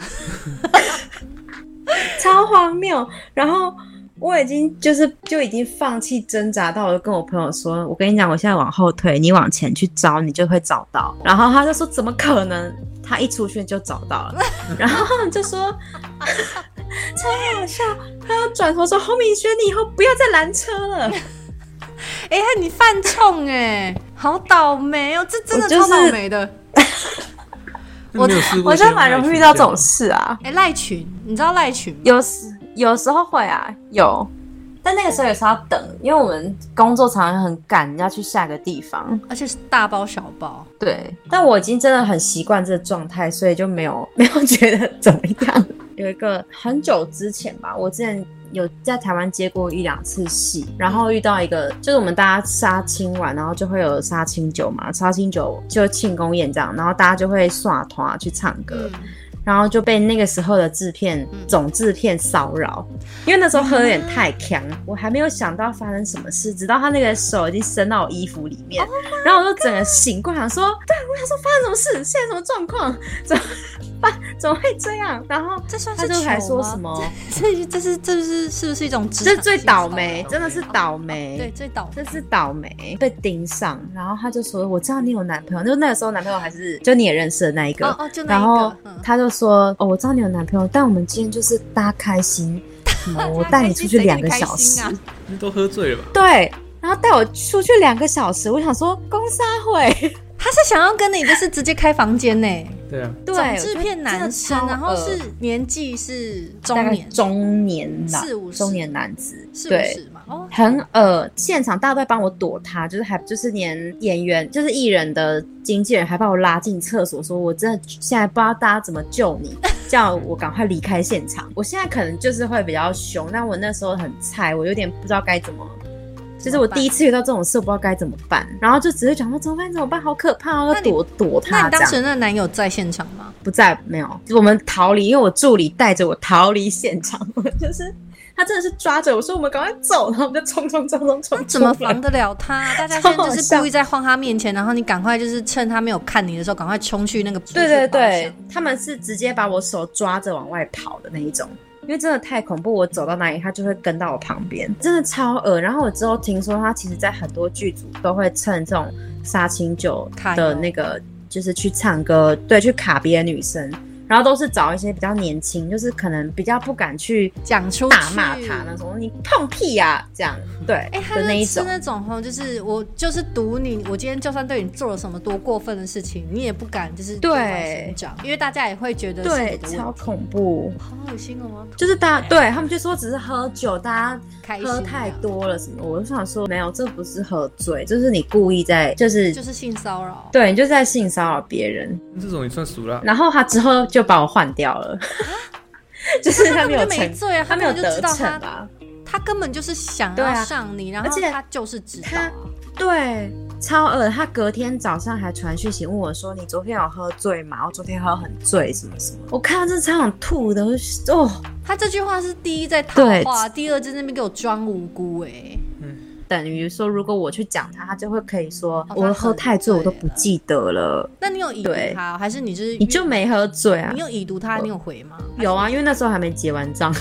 [SPEAKER 3] 超荒谬。然后我已经就是就已经放弃挣扎到，我就跟我朋友说：“我跟你讲，我现在往后退，你往前去找，你就会找到。”然后他就说：“怎么可能？”他一出去就找到了，然后他们就说。啊超好笑！他要转头说：“侯明轩，你以后不要再拦车了。”
[SPEAKER 1] 哎、你犯冲哎、好倒霉哦，这真的
[SPEAKER 3] 我就是
[SPEAKER 1] 超倒霉的。我
[SPEAKER 2] 没有试过
[SPEAKER 3] 我觉得
[SPEAKER 2] 先卖
[SPEAKER 3] 蛮容易
[SPEAKER 2] 去
[SPEAKER 3] 遇到这种
[SPEAKER 2] 样
[SPEAKER 3] 事啊，
[SPEAKER 1] 哎、赖群，你知道赖群吗？
[SPEAKER 3] 有时有时候会啊，有，但那个时候有时候要等，因为我们工作常常很赶，要去下个地方。
[SPEAKER 1] 而且是大包小包，
[SPEAKER 3] 对，但我已经真的很习惯这个状态，所以就没有 没有觉得怎么样。有一个很久之前吧，我之前有在台湾接过一两次戏，然后遇到一个就是我们大家杀青完，然后就会有杀青酒嘛，杀青酒就庆功宴这样，然后大家就会耍团去唱歌。
[SPEAKER 1] 嗯，
[SPEAKER 3] 然后就被那个时候的制片
[SPEAKER 1] 嗯
[SPEAKER 3] 总制片骚扰，因为那时候喝有点太强，
[SPEAKER 1] 嗯
[SPEAKER 3] 我还没有想到发生什么事，直到他那个手已经伸到我衣服里面
[SPEAKER 1] Oh
[SPEAKER 3] 然后我就整个醒过来，想说， 对我想说发生什么事，现在什么状况，怎么办？怎么会这样？然后
[SPEAKER 1] 这算
[SPEAKER 3] 他
[SPEAKER 1] 是
[SPEAKER 3] 就还
[SPEAKER 1] 糗
[SPEAKER 3] 说
[SPEAKER 1] 吗
[SPEAKER 3] 什么，
[SPEAKER 1] 这这是这是是不是一种职
[SPEAKER 3] 这
[SPEAKER 1] 场
[SPEAKER 3] 最
[SPEAKER 1] 性
[SPEAKER 3] 倒
[SPEAKER 1] 骚
[SPEAKER 3] 霉
[SPEAKER 1] 扰，哦
[SPEAKER 3] 真的是倒霉，
[SPEAKER 1] 对，最倒
[SPEAKER 3] 这
[SPEAKER 1] 霉。
[SPEAKER 3] 是倒霉，被盯上，然后他就说：“我知道你有男朋友。”就那个时候男朋友还是就你也认识的那一个，
[SPEAKER 1] 哦哦，就那
[SPEAKER 3] 然
[SPEAKER 1] 一
[SPEAKER 3] 后
[SPEAKER 1] 个，嗯，
[SPEAKER 3] 他就说：“哦，我知道你有男朋友，但我们今天就是大家开心， 什么我带你出去两个小时，
[SPEAKER 1] 大家开心谁跟你啊
[SPEAKER 2] 那都喝醉了吧？
[SPEAKER 3] 对，然后带我出去两个小时。”我想说，公杀 会，
[SPEAKER 1] 他是想要跟你就是直接开房 间呢、
[SPEAKER 2] 对啊，
[SPEAKER 3] 对，
[SPEAKER 1] 总制片男生，
[SPEAKER 3] 我觉得真的超恶呃
[SPEAKER 1] 然后是年纪是
[SPEAKER 3] 大
[SPEAKER 1] 中
[SPEAKER 3] 概
[SPEAKER 1] 年，
[SPEAKER 3] 中年男，
[SPEAKER 1] 四五十
[SPEAKER 3] 中年男子，
[SPEAKER 1] 是不
[SPEAKER 3] 对。
[SPEAKER 1] 是嘛？哦，
[SPEAKER 3] 很恶，现场大家都在帮我躲他，就是还就是连演员，就是艺人的经纪人还把我拉进厕所，说我真的现在不知道大家怎么救 你，叫我赶快离开现场。我现在可能就是会比较凶，但我那时候很菜，我有点不知道该怎么。就是我第一次遇到这种事，我不知道该怎么办，然后就只会讲说怎么办怎么办，好可怕哦，
[SPEAKER 1] 那
[SPEAKER 3] 要
[SPEAKER 1] 你
[SPEAKER 3] 躲躲
[SPEAKER 1] 那
[SPEAKER 3] 他
[SPEAKER 1] 你
[SPEAKER 3] 这
[SPEAKER 1] 当
[SPEAKER 3] 样。
[SPEAKER 1] 时那男友在现场吗？
[SPEAKER 3] 不在，没有，我们逃离，因为我助理带着我逃离现场， 我就是他真的是抓着我说我们赶快走，然后我们就冲冲冲冲冲，
[SPEAKER 1] 怎么
[SPEAKER 3] 冲了
[SPEAKER 1] 防得了他、大家现在就是
[SPEAKER 3] 超好
[SPEAKER 1] 故意在晃他面前，然后你赶快就是趁他没有看你的时候，赶快冲去那个。
[SPEAKER 3] 对对对，，他们是直接把我手抓着往外跑的那一种，因为真的太恐怖，我走到哪里他就会跟到我旁边，真的超恶。然后我之后听说他其实在很多剧组都会趁这种杀青酒的那个，就是去唱歌，对，去卡别的女生。然后都是找一些比较年轻，就是可能比较不敢去
[SPEAKER 1] 讲出去
[SPEAKER 3] 大骂他那种，你碰屁呀、这样，对，
[SPEAKER 1] 哎、他
[SPEAKER 3] 的那
[SPEAKER 1] 就是
[SPEAKER 3] 一
[SPEAKER 1] 吃
[SPEAKER 3] 种。
[SPEAKER 1] 那种吼，就是我就是赌你，我今天就算对你做了什么多过分的事情，你也不敢就是对
[SPEAKER 3] 对
[SPEAKER 1] 外寻找，因为大家也会觉得是
[SPEAKER 3] 对
[SPEAKER 1] 你，的问
[SPEAKER 3] 超
[SPEAKER 1] 题
[SPEAKER 3] 恐怖，
[SPEAKER 1] 好恶心哦，我要吐
[SPEAKER 3] 就是大家对他们就说只是喝酒，大家
[SPEAKER 1] 开心
[SPEAKER 3] 喝太
[SPEAKER 1] 啊，
[SPEAKER 3] 多了什么，我就想说没有，这不是喝醉，就是你故意在，就是
[SPEAKER 1] 就是性骚扰。
[SPEAKER 3] 对，你就是在性骚扰别人。
[SPEAKER 2] 这种也算熟了。
[SPEAKER 3] 然后他之后就把我换掉了， 就是
[SPEAKER 1] 啊他
[SPEAKER 3] 他没
[SPEAKER 1] 根
[SPEAKER 3] 有
[SPEAKER 1] 本就
[SPEAKER 3] 成
[SPEAKER 1] 没，罪啊，
[SPEAKER 3] 他没有
[SPEAKER 1] 根本就
[SPEAKER 3] 得
[SPEAKER 1] 知道
[SPEAKER 3] 逞
[SPEAKER 1] 他
[SPEAKER 3] 吧？
[SPEAKER 1] 他根本就是想
[SPEAKER 3] 对
[SPEAKER 1] 要
[SPEAKER 3] 啊
[SPEAKER 1] 上你，然后
[SPEAKER 3] 而且
[SPEAKER 1] 他就是知道啊
[SPEAKER 3] 他对，超恶。他隔天早上还传讯息问我说：“你昨天有喝醉吗？”我昨天喝很醉，什么什么。我看到这超想吐的，我就哦，
[SPEAKER 1] 他这句话是第一在套
[SPEAKER 3] 对
[SPEAKER 1] 话，第二在那边给我装无辜哎、
[SPEAKER 3] 等于说如果我去讲他，他就会可以说
[SPEAKER 1] 哦
[SPEAKER 3] 我
[SPEAKER 1] 他
[SPEAKER 3] 喝
[SPEAKER 1] 很
[SPEAKER 3] 太醉，我都
[SPEAKER 1] 醉
[SPEAKER 3] 不
[SPEAKER 1] 了
[SPEAKER 3] 记得了。
[SPEAKER 1] 那你有已读
[SPEAKER 3] 对
[SPEAKER 1] 他哦，还是你就是
[SPEAKER 3] 你就没喝醉啊
[SPEAKER 1] 你？有已读他，你有回吗？
[SPEAKER 3] 有啊，因为那时候还没结完账。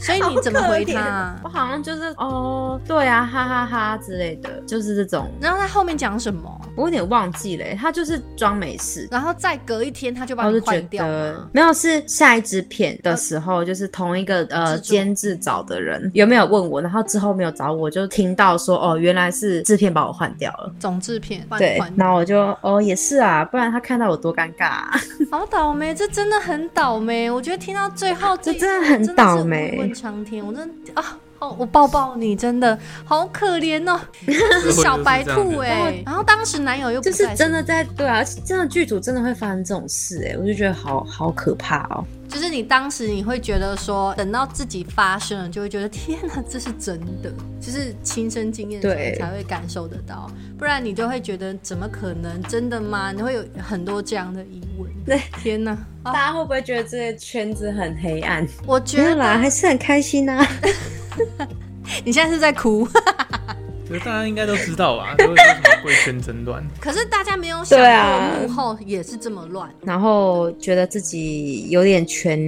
[SPEAKER 1] 所以你怎么回他啊
[SPEAKER 3] 我？好像就是哦，对啊，哈哈哈之类的，就是这种。
[SPEAKER 1] 然后他后面讲什么？
[SPEAKER 3] 我有点忘记了，他就是装没事，
[SPEAKER 1] 然后再隔一天哦他就把
[SPEAKER 3] 然后
[SPEAKER 1] 你
[SPEAKER 3] 就觉
[SPEAKER 1] 换掉
[SPEAKER 3] 得
[SPEAKER 1] 吗？
[SPEAKER 3] 没有是下一支片的时候，就是同一个呃
[SPEAKER 1] 制作
[SPEAKER 3] 监制找的人有没有问我，然后之后没有找我，就听到说哦，原来是制片把我换掉了。
[SPEAKER 1] 总制片换
[SPEAKER 3] 对
[SPEAKER 1] 换，
[SPEAKER 3] 然后我就哦也是啊，不然他看到我多尴尬、 啊。
[SPEAKER 1] 好倒霉，这真的很倒霉。我觉得听到最后
[SPEAKER 3] 这
[SPEAKER 1] 一
[SPEAKER 3] 真的
[SPEAKER 1] 首
[SPEAKER 3] 很
[SPEAKER 1] 是
[SPEAKER 3] 倒霉
[SPEAKER 1] 问问苍天，我真的啊。好，我抱抱你，真的好可怜 哦，
[SPEAKER 2] 就是
[SPEAKER 1] 小白
[SPEAKER 2] 这样
[SPEAKER 1] 兔
[SPEAKER 2] 的
[SPEAKER 1] 哎、然后当时男友又不
[SPEAKER 3] 就是
[SPEAKER 1] 在
[SPEAKER 3] 真的在对啊，真的剧组真的会发生这种事哎、我就觉得好好可怕哦。
[SPEAKER 1] 就是你当时你会觉得说，等到自己发生了，就会觉得天哪，这是真的，就是亲身经验
[SPEAKER 3] 对
[SPEAKER 1] 才会感受得到，不然你就会觉得怎么可能真的吗？你会有很多这样的疑问。
[SPEAKER 3] 对，
[SPEAKER 1] 天哪，
[SPEAKER 3] 大家会不会觉得这个圈子很黑 暗？
[SPEAKER 1] 我觉
[SPEAKER 3] 没有啦，
[SPEAKER 1] 得
[SPEAKER 3] 还是很开心啊。
[SPEAKER 1] 你现在是在哭，
[SPEAKER 2] 可是大家应该都知道吧？都会说什么贵圈争乱，
[SPEAKER 1] 可是大家没有想
[SPEAKER 3] 对啊
[SPEAKER 1] 过幕后也是这么乱，
[SPEAKER 3] 然后觉得自己有点权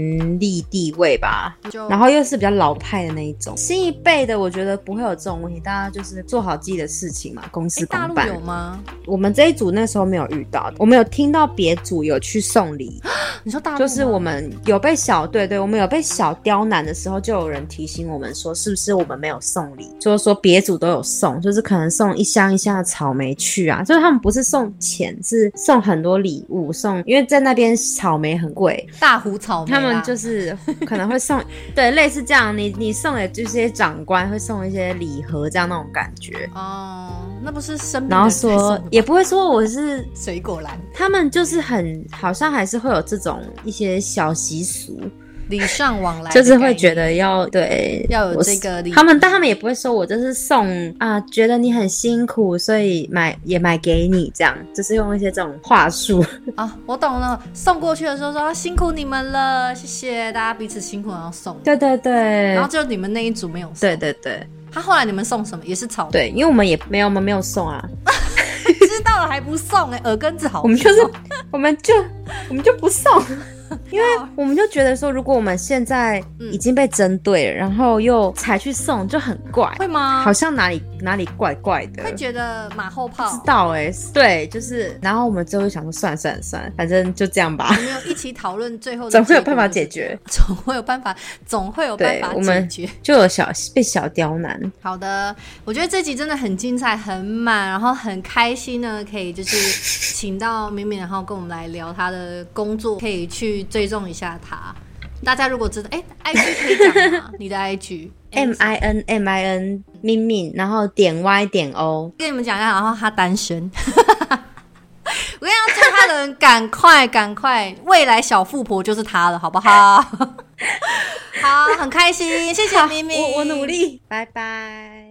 [SPEAKER 3] 力地位吧，
[SPEAKER 1] 就
[SPEAKER 3] 然后又是比较老派的那一种。新一辈的我觉得不会有这种问题，大家就是做好自己的事情嘛，公
[SPEAKER 1] 哎
[SPEAKER 3] 事
[SPEAKER 1] 大
[SPEAKER 3] 公
[SPEAKER 1] 陆
[SPEAKER 3] 办。
[SPEAKER 1] 有吗？
[SPEAKER 3] 我们这一组那时候没有遇到，我们有听到别组有去送礼，
[SPEAKER 1] 你说大陆
[SPEAKER 3] 啊就是我
[SPEAKER 1] 吗
[SPEAKER 3] 们有被小对对，我们有被小刁难的时候，就有人提醒我们说，是不是我们没有送礼？就是说别组都有送，就是可能送一箱一箱的草莓去啊，就是他们不是送钱，是送很多礼物，送因为在那边草莓很贵，
[SPEAKER 1] 大湖草莓啦，啊
[SPEAKER 3] 他们就是是可能会 送，对，类似这样，你你送给这些长官会送一些礼盒这样那种感觉，
[SPEAKER 1] 哦，那不是生病
[SPEAKER 3] 然后
[SPEAKER 1] 的人才送
[SPEAKER 3] 说
[SPEAKER 1] 的吗
[SPEAKER 3] 也不会说我是
[SPEAKER 1] 水果篮
[SPEAKER 3] 他们就是很好像还是会有这种一些小习俗，
[SPEAKER 1] 礼尚往来的概
[SPEAKER 3] 就
[SPEAKER 1] 念，
[SPEAKER 3] 是会觉得要对
[SPEAKER 1] 要有
[SPEAKER 3] 我
[SPEAKER 1] 这
[SPEAKER 3] 是
[SPEAKER 1] 个礼
[SPEAKER 3] 他们但他们也不会说我这是送啊，觉得你很辛苦，所以买也买给你这样，就是用一些这种 话术。
[SPEAKER 1] 啊，我懂了。送过去的时候说啊辛苦你们了，谢谢大家彼此辛苦，然后送。
[SPEAKER 3] 对对对
[SPEAKER 1] 然后。就你们那一组没有送。
[SPEAKER 3] 对对对
[SPEAKER 1] 他后来你们送什么？也是草莓。
[SPEAKER 3] 对，因为我们也没有，我们没有送啊，
[SPEAKER 1] 知道了还不送哎、耳根子好重哦。
[SPEAKER 3] 我们就是我们就我们就不送，因为我们就觉得说，如果我们现在
[SPEAKER 1] 啊嗯
[SPEAKER 3] 已经被针对了，然后又才去送，就很怪，
[SPEAKER 1] 会吗？
[SPEAKER 3] 好像哪里哪里怪怪的，
[SPEAKER 1] 会觉得马后
[SPEAKER 3] 不知
[SPEAKER 1] 炮。
[SPEAKER 3] 道哎、对，就是，然后我们最后想说，算了算了算了，反正就这样吧，
[SPEAKER 1] 我们有一起讨论最后的
[SPEAKER 3] 总会有
[SPEAKER 1] 结果
[SPEAKER 3] 办法
[SPEAKER 1] 是
[SPEAKER 3] 解决，
[SPEAKER 1] 总会有办法，总会有办
[SPEAKER 3] 对
[SPEAKER 1] 法
[SPEAKER 3] 我们
[SPEAKER 1] 解决。
[SPEAKER 3] 就有小被小刁难，
[SPEAKER 1] 好的，我觉得这集真的很精彩、很满，然后很开心呢，可以就是请到敏敏，然后跟我们来聊她的工作，可以去追踪一下她。大家如果知道，哎、i g 可以讲吗？你的 IG
[SPEAKER 3] M I N M I N 命命，然后点 Y 点 O，
[SPEAKER 1] 跟你们讲一下，然后她单身。 我跟你讲，追她的人赶快赶快，未来小富婆就是她了，好 不好？好，很开心，谢谢敏敏，
[SPEAKER 3] 我我努力，拜拜。